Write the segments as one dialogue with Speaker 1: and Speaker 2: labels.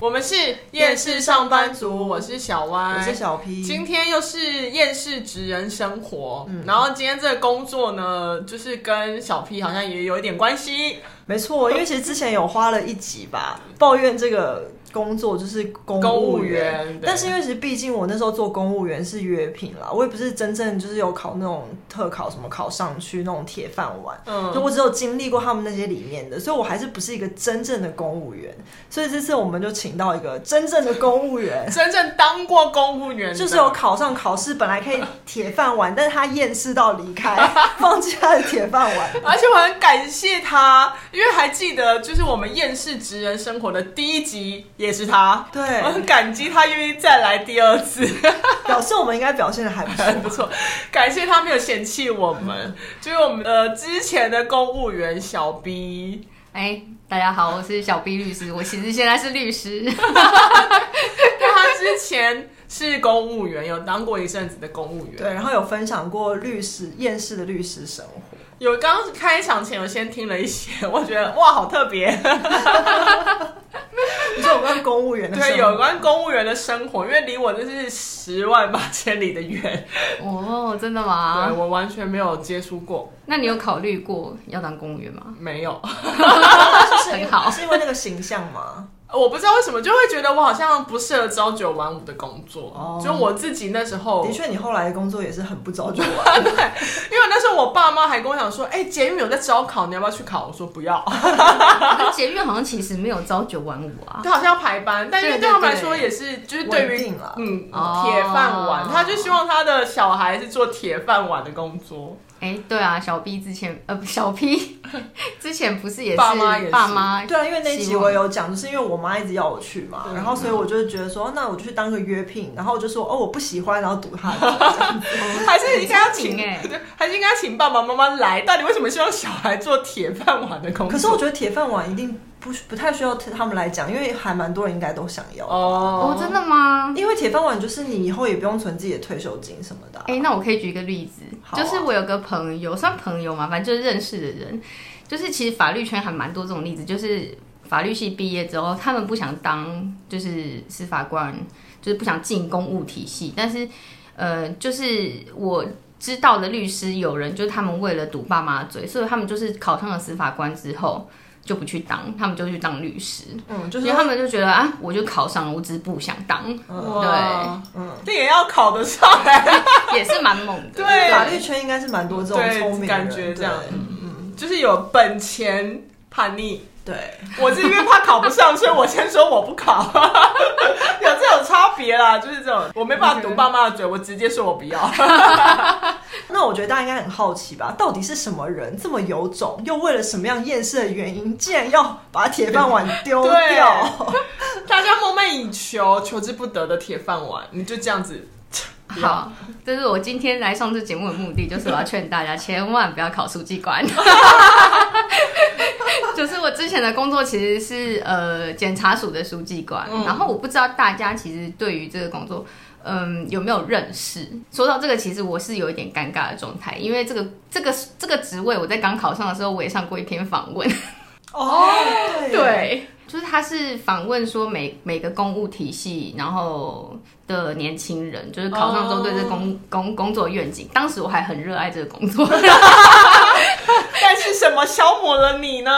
Speaker 1: 我们是厌世上班族，我是小歪，
Speaker 2: 我是小 P。
Speaker 1: 今天又是厌世职人生活，
Speaker 2: 嗯
Speaker 1: 然后今天这个工作呢，就是跟小 P 好像也有一点关 系。
Speaker 2: 没错，因为其实之前有花了一集 吧，抱怨这个工作就是公
Speaker 1: 公务
Speaker 2: 务
Speaker 1: 员对
Speaker 2: 但是因为其实毕竟我那时候做公务员是约聘啦，我也不是真正就是有考那种特考什么考上去那种铁饭碗，
Speaker 1: 嗯
Speaker 2: 嗯，就我只有经历过他们那些里面的，所以我还是不是一个真正的公务员。所以这次我们就请到一个真正的公务 员，
Speaker 1: 真正当过公务员的，
Speaker 2: 就是有考上考试，本来可以铁饭碗，但是他厌世到离开， 放弃他的铁饭碗。
Speaker 1: 而且我很感谢他，因为还记得就是我们厌世职人生活的第一集也是他，
Speaker 2: 对
Speaker 1: 我很感激他愿意再来第二次，
Speaker 2: 表示我们应该表现的还不错。
Speaker 1: 不错，感谢他没有嫌弃我们，就是我们呃之前的公务员小 B，
Speaker 3: 哎、大家好，我是小 B 律师，我其实现在是 律师。
Speaker 1: 但他之前是公务员，有当过一阵子的公务员，
Speaker 2: 对，然后有分享过律师厌世的律师生 活，
Speaker 1: 有刚开场前有先听了一些，我觉得哇好特别，
Speaker 2: 你说有关公务员的生
Speaker 1: 对，
Speaker 2: 活
Speaker 1: 有关公务员的生活，因为离我这是十万八千里的远，
Speaker 3: 哦，真的
Speaker 1: 对
Speaker 2: 啊
Speaker 3: 吗？
Speaker 1: 我完全没有接触过。
Speaker 3: 那你有考虑过要当公务员 吗？
Speaker 1: 没有，
Speaker 2: 就是因为
Speaker 3: 很好
Speaker 2: 是因为那个形象吗？
Speaker 1: 我不知道为什么就会觉得我好像不适合朝九晚五的工作。
Speaker 2: 哦
Speaker 1: 就我自己那时候，
Speaker 2: 的
Speaker 1: 因
Speaker 2: 确，你后来的工作也是很不早就完，
Speaker 1: 为那时候我爸妈还跟我讲说，哎、捷运有在招考，你要不要去考？我说不要，
Speaker 3: 那捷运好像其实没有朝九晚五啊。
Speaker 1: 他好像要排班，但因为
Speaker 3: 对对
Speaker 1: 对他们来说
Speaker 3: 对
Speaker 1: 也是，就是对
Speaker 2: 稳
Speaker 1: 于
Speaker 2: 定了
Speaker 1: 嗯
Speaker 3: 哦
Speaker 1: 铁饭碗，他就希望他的小孩是做铁饭碗的工作。
Speaker 3: 哎、对啊，小 B 之前呃，不小 P 之前不是也是
Speaker 1: 爸妈也是哦
Speaker 3: 爸妈
Speaker 2: 对啊，因为那一集
Speaker 3: 希望
Speaker 2: 我有讲，就是因为我妈一直要我去嘛，
Speaker 1: 对
Speaker 2: 然后所以我就觉得说，那我就去当个约聘，然后我就说哦，我不喜欢，然后读他 的。
Speaker 1: 还是应该要请
Speaker 3: 很聪明欸
Speaker 1: 对还是应该请爸爸妈妈来？到底为什么希望小孩做铁饭碗的工作？
Speaker 2: 可是我觉得铁饭碗一定不不太需要他们来讲，因为还蛮多人应该都想要。
Speaker 1: 哦
Speaker 3: 哦，真的吗？
Speaker 2: 因为铁饭碗就是你以后也不用存自己的退休金什么的啊、
Speaker 3: 哎、那我可以举一个例子，
Speaker 2: 好啊
Speaker 3: 就是我有个朋友，算朋友嘛，反正就是认识的人，就是其实法律圈还蛮多这种例子，就是法律系毕业之后，他们不想当就是司法官，就是不想进公务体系，但是呃，就是我。知道的律师有人，就是他们为了堵爸妈的嘴，所以他们就是考上了司法官之后就不去当，他们就去当律师，
Speaker 2: 嗯，就
Speaker 3: 因
Speaker 2: 是
Speaker 3: 为他们就觉得啊，我就考上了，我只是不想当，
Speaker 1: 哇，
Speaker 2: 嗯
Speaker 1: 这也要考得上来。
Speaker 3: 也是蛮猛的。
Speaker 1: 对
Speaker 2: 法律圈应该是蛮多这种
Speaker 1: 对
Speaker 2: 聪明人
Speaker 1: 感觉这样
Speaker 2: 对嗯，
Speaker 1: 就是有本钱叛逆。
Speaker 2: 对，
Speaker 1: 我是因为怕考不上，所以我先说我不考， 有这种差别啦，就是这种我没办法堵爸妈的嘴，我直接说我不要。
Speaker 2: 那我觉得大家应该很好奇吧，到底是什么人这么有种，又为了什么样厌世的原因，竟然要把铁饭碗 丢
Speaker 1: 对
Speaker 2: 掉？
Speaker 1: 大家梦寐以求、求之不得的铁饭碗，你就这样子。
Speaker 3: 好，这是我今天来上这节目的目的，就是我要劝大家千万不要考书记官。就是我之前的工作其实是呃检察署的书记官，然后我不知道大家其实对于这个工作。嗯，有没有认识？说到这个，其实我是有一点尴尬的状态，因为这个这个这个职位，我在刚考上的时候，我也上过一篇访问，
Speaker 2: 哦，对，
Speaker 3: 对，就是他是访问说每每个公务体系，然后的年轻人，就是考上之后对这工、工工作愿景。当时我还很热爱这个工作，
Speaker 1: 但是什么消磨了你呢？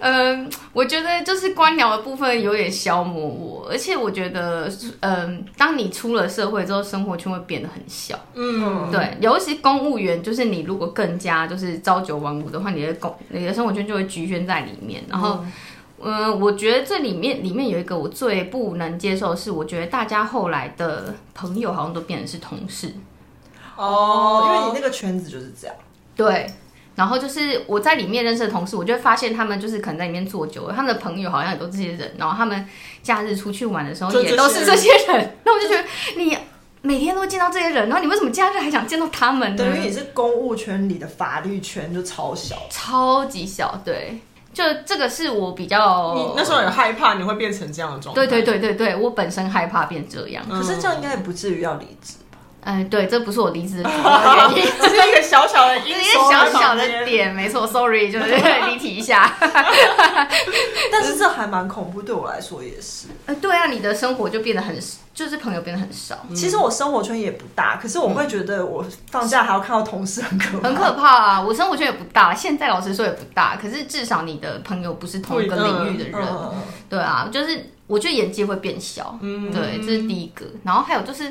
Speaker 3: 嗯，我觉得就是官僚的部分有点消磨我，而且我觉得，嗯，当你出了社会之后，生活圈会变得很小。
Speaker 1: 嗯，
Speaker 3: 对，尤其公务员，就是你如果更加就是朝九晚五的话，你的工你的生活圈就会局限在里面。然后，嗯、我觉得这里面里面有一个我最不能接受的是，我觉得大家后来的朋友好像都变成是同事。
Speaker 2: 哦，因为你
Speaker 1: 那
Speaker 2: 那个圈子就是这样，
Speaker 3: 对。然后就是我在里面认识的同事，我就会发现他们就是可能在里面坐久了，他们的朋友好像也都这些人，然后他们假日出去玩的时候
Speaker 1: 就
Speaker 3: 也都
Speaker 1: 这
Speaker 3: 是
Speaker 1: 些
Speaker 3: 这些人， 那我就觉得你每天都见到这些人，然后你为什么假日还想见到他们呢？
Speaker 2: 等于你是公务圈里的法律圈就超小。
Speaker 3: 超级小，对，就这个是我比较
Speaker 1: 你那时候有害怕你会变成这样的状态？
Speaker 3: 对对对对对，我本身害怕变这样，
Speaker 1: 嗯
Speaker 2: 可是这样应该也不至于要离职吧？
Speaker 3: 嗯、对，这不是我离职 的主要原因，
Speaker 1: 只是一个小小 的因
Speaker 3: 这是一
Speaker 1: 素在旁
Speaker 3: 个小
Speaker 1: 边，
Speaker 3: 小的点，没错，sorry，就是 离题一下。
Speaker 2: 但是这还蛮恐怖，对我来说也是。
Speaker 3: 呃，对啊，你的生活就变得很，就是朋友变得很少，
Speaker 2: 其实我生活圈也不大，可是我会觉得我放假还要看到同事，很可怕。
Speaker 3: 很可怕啊。我生活圈也不大，现在老实说也不大，可是至少你的朋友不是同一个领域的人，
Speaker 2: 嗯嗯
Speaker 3: 对啊，就是我觉得眼界会变小，嗯，对，这是第一个。然后还有就是，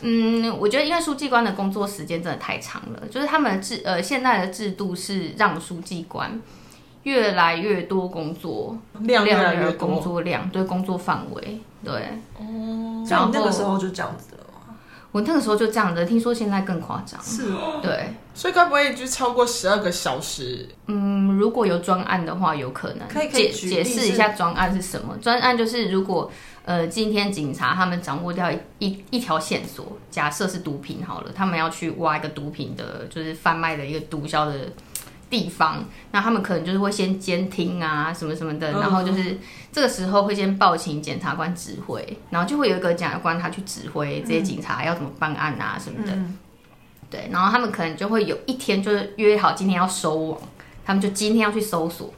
Speaker 3: 嗯，我觉得因为书记官的工作时间真的太长了，就是他们的制呃现在的制度是让书记官越来越多工作
Speaker 1: 嗯量越来越
Speaker 3: 工
Speaker 1: 多。
Speaker 3: 作量，对工作范围，对
Speaker 2: 嗯所以你那个时候就这样子了吗？
Speaker 3: 我那个时候就这样的，听说现在更夸张，
Speaker 2: 是哦，
Speaker 3: 对，
Speaker 1: 所以该不会就超过十二个小时？
Speaker 3: 嗯，如果有专案的话，有可能
Speaker 2: 可以可以
Speaker 3: 解
Speaker 2: 举
Speaker 3: 解
Speaker 2: 例
Speaker 3: 释一
Speaker 2: 是
Speaker 3: 下专案是什么。专案就是如果呃，今天警察他们掌握掉一一一条线索，假设是毒品好了，他们要去挖一个毒品的，就是贩卖的一个毒枭的地方，那他们可能就是会先监听啊什么什么的，然后就是这个时候会先报请检察官指挥，然后就会有一个检察官他去指挥这些警察要怎么办案啊什么的。对，然后他们可能就会有一天就是约好今天要收网，他们就今天要去搜索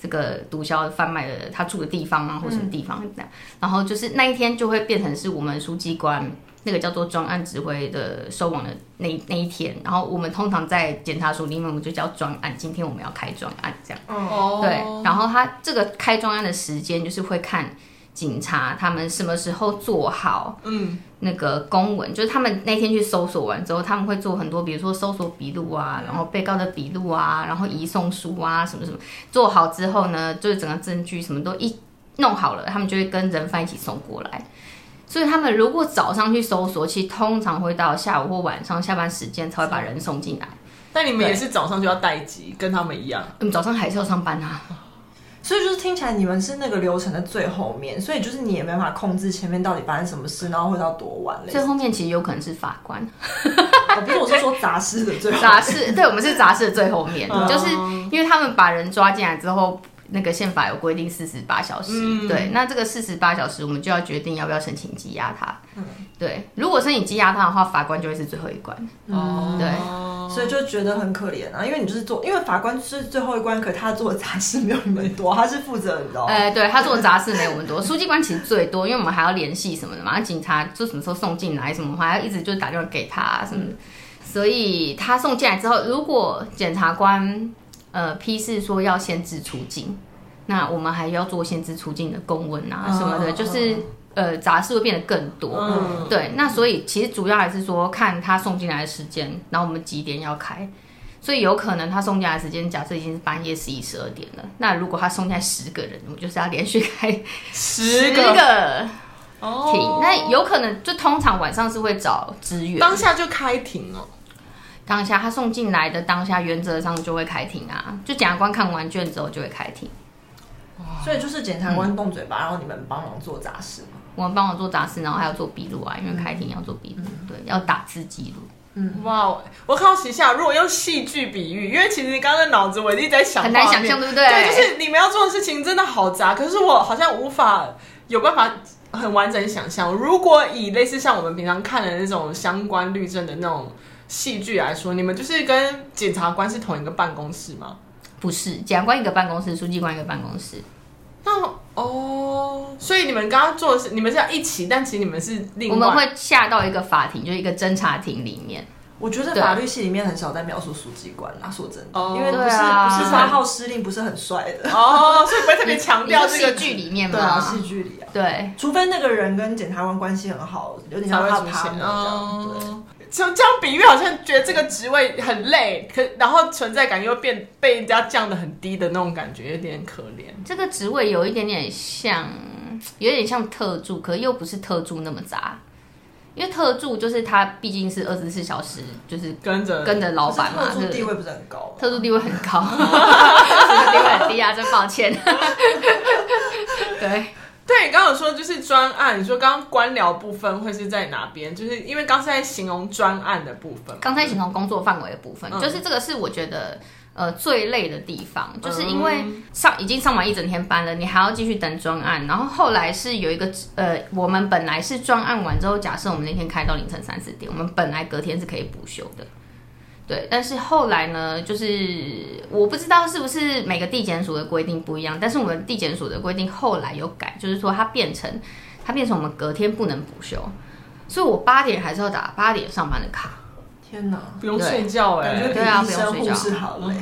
Speaker 3: 这个毒枭贩卖的他住的地方啊，或什么地方这样。然后就是那一天就会变成是我们书记官那个叫做专案指挥的收网的那那一天。然后我们通常在检察署里面我们就叫专案，今天我们要开专案这样。
Speaker 1: 哦
Speaker 3: 对，然后他这个开专案的时间就是会看警察他们什么时候做好，嗯，那个公文，就是他们那天去搜索完之后，他们会做很多，比如说搜索笔录啊，然后被告的笔录啊，然后移送书啊，什么什么，做好之后呢，就是整个证据什么都一弄好了，他们就会跟人贩一起送过来。所以他们如果早上去搜索，其实通常会到下午或晚上下班时间才会把人送进来。
Speaker 1: 但你们也是早上就要待机，跟他们一样。
Speaker 3: 嗯，早上还是要上班啊。
Speaker 2: 所以就是听起来你们是那个流程的最后面，所以就是你也没办法控制前面到底发生什么事，然后会到多晚类似
Speaker 3: 最后面其实有可能是法 官，
Speaker 2: 哦不是我是说杂事的最后面
Speaker 3: 杂事，对我们是杂事的最后面，就是因为他们把人抓进来之后，那个宪法有规定四十八小时，对，那这个四十八小时我们就要决定要不要申请羁押他，对，如果申请羁押他的话，法官就会是最后一关，
Speaker 1: 哦
Speaker 3: 嗯对
Speaker 2: 所以就觉得很可怜啊，因为你就是做，因为法官是最后一关，可他做的杂事没有你们多，他是负责你知哦道吗？
Speaker 3: 呃，对他做的杂事没我们多， 书记官其实最多，因为我们还要联系什么的嘛，那警察就什么时候送进来，什么还要一直就打电话给他、什么的，所以他送进来之后，如果检察官呃批示说要限制出境，那我们还要做限制出境的公文啊什么的，
Speaker 2: 哦
Speaker 3: 就是呃杂事会变得更多。
Speaker 1: 嗯
Speaker 3: 对，那所以其实主要还是说看他送进来的时间，然后我们几点要开。所以有可能他送进来的时间，假设已经是半夜十一、十二点了。那如果他送进来十个人，我就是要连续开
Speaker 1: 十
Speaker 3: 个
Speaker 1: 个
Speaker 3: 庭。
Speaker 1: 哦，
Speaker 3: 那有可能就通常晚上是会找支援。
Speaker 1: 当下就开庭哦。
Speaker 3: 当下他送进来的当下，原则上就会开庭啊。就检察官看完卷之后就会开庭。
Speaker 2: 所以就是检察官动嘴巴，然后你们帮忙做杂事嘛。
Speaker 3: 我们帮我做杂事，然后还要做笔录啊，因为开庭要做笔录，对，要打字记录。
Speaker 1: 哇、我好奇一下，如果用戏剧比喻，因为其实刚刚的脑子我一直在想画
Speaker 3: 很
Speaker 1: 面，
Speaker 3: 难想象对不对
Speaker 1: 对，就是你们要做的事情真的好杂，可是我好像无法有办法很完整想象。如果以类似像我们平常看的那种相关律政的那种戏剧来说，你们就是跟检察官是同一个办公室吗？
Speaker 3: 不是，检察官一个办公室，书记官一个办公室。
Speaker 1: 那哦，所以你们刚刚做的是你们是要一起，但其实你们是另外
Speaker 3: 我们会下到一个法庭，就是一个侦查庭里面。
Speaker 2: 我觉得
Speaker 3: 对
Speaker 2: 法律系里面很少在描述书记官啦，说真的，
Speaker 1: 哦
Speaker 2: 因为不是不
Speaker 3: 对啊
Speaker 2: 是三号司令，不是很帅的，
Speaker 1: 哦，所以不会特别强
Speaker 3: 你说
Speaker 1: 调这
Speaker 3: 戏
Speaker 1: 个
Speaker 3: 剧里面吗？
Speaker 2: 对啊，戏剧里啊，
Speaker 3: 对，
Speaker 2: 除非那个人跟检察官关系很好，有点
Speaker 1: 才
Speaker 2: 像
Speaker 1: 会
Speaker 2: 他
Speaker 1: 出
Speaker 2: 趴
Speaker 1: 现。
Speaker 2: 模这样，对。
Speaker 1: 哦，这样这样比喻好像觉得这个职位很累，可然后存在感又变被人家降的很低的那种感觉，有点可怜。
Speaker 3: 这个职位有一点点像，有点像特助，可又不是特助那么杂，因为特助就是他毕竟是二十四小时，就是
Speaker 1: 跟着
Speaker 3: 跟着老板嘛，
Speaker 2: 特殊
Speaker 3: 对不
Speaker 2: 地
Speaker 3: 对？
Speaker 2: 位不是很高吗？
Speaker 3: 特助地位很高，特助地位很低啊，真抱歉。对，
Speaker 1: 对，你刚刚有说就是专案，你说刚刚官僚部分会是在哪边？就是因为刚才在形容专案的部分嘛，
Speaker 3: 刚才形容工作范围的部分，就是这个是我觉得。呃最累的地方，就是因为上已经上完一整天班了，你还要继续等专案，然后后来是有一个呃，我们本来是专案完之后，假设我们那天开到凌晨三四点，我们本来隔天是可以补休的。对，但是后来呢，就是我不知道是不是每个地检署的规定不一样，但是我们地检署的规定后来有改，就是说它变成它变成我们隔天不能补休，所以我八点还是要打八点上班的卡。
Speaker 2: 天哪，
Speaker 1: 不用睡觉哎、
Speaker 2: 感觉比
Speaker 3: 对啊
Speaker 2: 医生
Speaker 3: 不
Speaker 2: 护
Speaker 3: 用睡觉
Speaker 2: 士好累。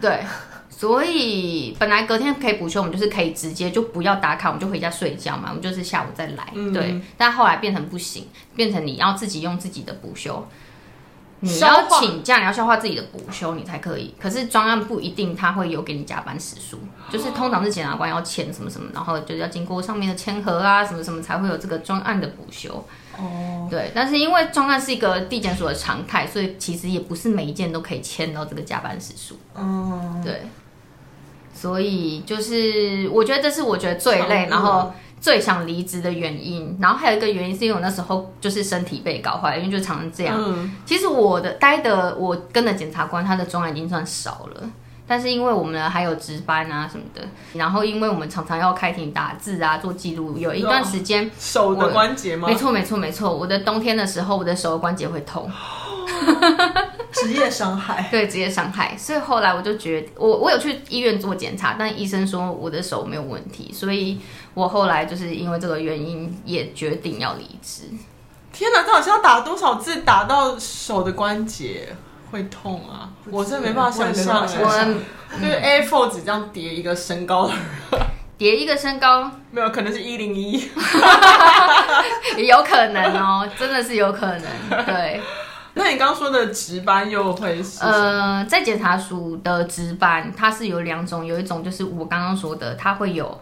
Speaker 3: 对，所以本来隔天可以补休，我们就是可以直接就不要打卡，我们就回家睡觉嘛，我们就是下午再来。
Speaker 1: 嗯
Speaker 3: 对，但后来变成不行，变成你要自己用自己的补休，你
Speaker 1: 消
Speaker 3: 要
Speaker 1: 化
Speaker 3: 请假，你要消化自己的补休，你才可以。可是专案不一定他会有给你加班时数，就是通常是检察官要签什么什么，然后就是要经过上面的签合啊，什么什么才会有这个专案的补休。
Speaker 2: 哦，
Speaker 3: 对，但是因为专案是一个地检署的常态，所以其实也不是每一件都可以签到这个加班时数。
Speaker 2: 嗯，
Speaker 3: 对，所以就是我觉得这是我觉得最
Speaker 1: 忙
Speaker 3: 累，
Speaker 1: 碌
Speaker 3: 然后最想离职的原因。然后还有一个原因是因为我那时候就是身体被搞坏，因为就常常这样。
Speaker 1: 嗯，
Speaker 3: 其实我的待的我跟的检察官他的专案已经算少了。但是因为我们还有值班啊什么的，然后因为我们常常要开庭打字啊做记录，有一段时间
Speaker 1: 手的关节哦吗
Speaker 3: 没？错，没错，没错。我的冬天的时候，我的手关节会痛，
Speaker 2: 职业伤害，
Speaker 3: 对，职业伤害。所以后来我就觉得，我我有去医院做检查，但医生说我的手没有问题，所以我后来就是因为这个原因，也决定要离职。
Speaker 1: 天哪，这好像要打多少字打到手的关节会痛啊！
Speaker 2: 不知道
Speaker 1: 我真的没办法想象、
Speaker 2: 我也
Speaker 1: 欸，
Speaker 2: 没办法想象
Speaker 3: 我
Speaker 1: 就是 A4 纸这样叠一个身高的人，
Speaker 3: 叠一个身高
Speaker 1: 没有，可能是一零一。
Speaker 3: 也有可能哦，真的是有可能。对，
Speaker 1: 那你刚刚说的值班又会是什么？
Speaker 3: 呃，在检察署的值班，它是有两种，有一种就是我刚刚说的，它会有。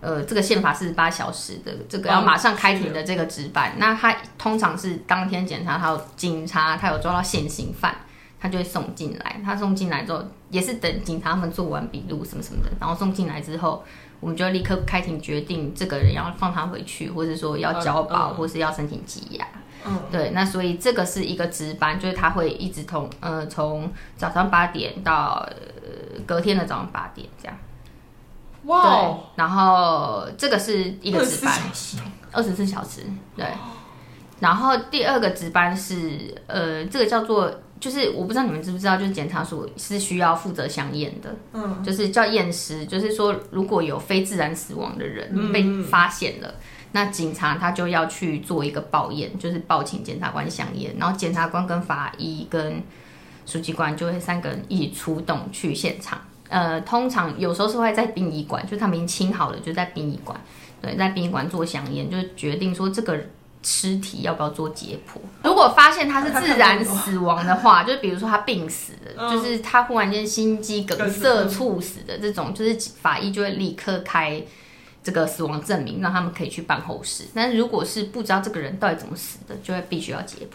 Speaker 3: 呃，这个宪法四十八小时的这个
Speaker 1: 哦
Speaker 3: 要马上开庭的这个值班，那他通常是当天检查，他有警察，他有抓到现行犯，他就会送进来。他送进来之后，也是等警察们做完笔录什么什么的，然后送进来之后，我们就立刻开庭决定这个人要放他回去，或者说要交保，
Speaker 1: 嗯嗯
Speaker 3: 或是要申请羁押。
Speaker 2: 嗯，
Speaker 3: 对，那所以这个是一个值班，就是他会一直从呃从早上八点到、呃、隔天的早上八点这样。
Speaker 1: 哇哦，
Speaker 3: 对，然后这个是一个值班
Speaker 1: 24小时，
Speaker 3: 二十四小时，对。然后第二个值班是呃，这个叫做就是我不知道你们知不知道，就是检察署是需要负责相验的，
Speaker 2: 嗯，
Speaker 3: 就是叫验尸，就是说如果有非自然死亡的人
Speaker 1: 嗯
Speaker 3: 被发现了。那警察他就要去做一个报验，就是报请检察官相验，然后检察官跟法医跟书记官就会三个人一起出动去现场。呃，通常有时候是会在殡仪馆，就他们已经清好了，就在殡仪馆，对，在殡仪馆做相验，就是决定说这个尸体要不要做解
Speaker 1: 哦
Speaker 3: 剖。如果发现他是自然死亡的话，就是比如说他病死的，
Speaker 1: 嗯
Speaker 3: 就是他忽然间心肌梗塞
Speaker 1: 梗塞
Speaker 3: 猝死的这种，就是法医就会立刻开这个死亡证明，让他们可以去办后事。但是如果是不知道这个人到底怎么死的，就会必须要解剖。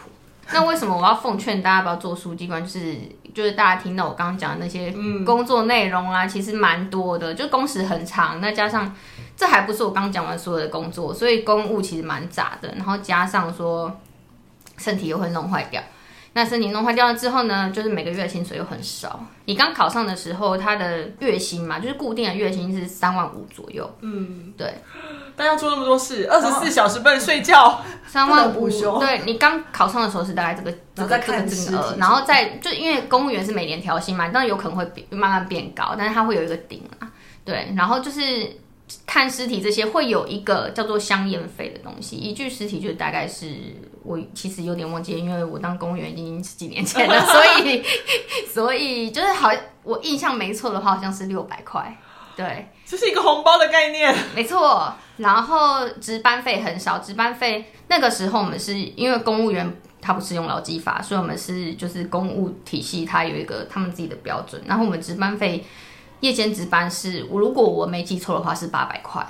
Speaker 3: 那为什么我要奉劝大家不要做书记官？就是就是大家听到我刚刚讲的那些工作内容啦、其实蛮多的，就工时很长，那加上这还不是我刚讲完所有的工作，所以公务其实蛮杂的，然后加上说身体又会弄坏掉。那身体弄坏掉了之后呢，就是每个月的薪水又很少。你刚考上的时候，他的月薪嘛，就是固定的月薪是三万五左右，
Speaker 1: 嗯，
Speaker 3: 对，
Speaker 1: 但要做那么多事，二十四小时不能睡觉，
Speaker 3: 三
Speaker 2: 不
Speaker 3: 万
Speaker 2: 能
Speaker 3: 五
Speaker 2: 补休。
Speaker 3: 对你刚考上的时候是大概这个
Speaker 2: 然后
Speaker 3: 这个
Speaker 2: 再
Speaker 3: 这个
Speaker 2: 看尸
Speaker 3: 金
Speaker 2: 体
Speaker 3: 额，然后再就因为公务员是每年调薪嘛，当然有可能会比慢慢变高，但是它会有一个顶啊，对，然后就是看尸体这些会有一个叫做香烟费的东西，一具尸体就大概是我其实有点忘记，因为我当公务员已经十几年前了， 所以所以就是好，我印象没错的话，好像是六百块，对。
Speaker 1: 这是一个红包的概念。
Speaker 3: 没错，然后值班费很少，值班费那个时候我们是因为公务员他不是用劳基法，所以我们是就是公务体系它有一个他们自己的标准，然后我们值班费夜间值班是，我如果我没记错的话是八百块，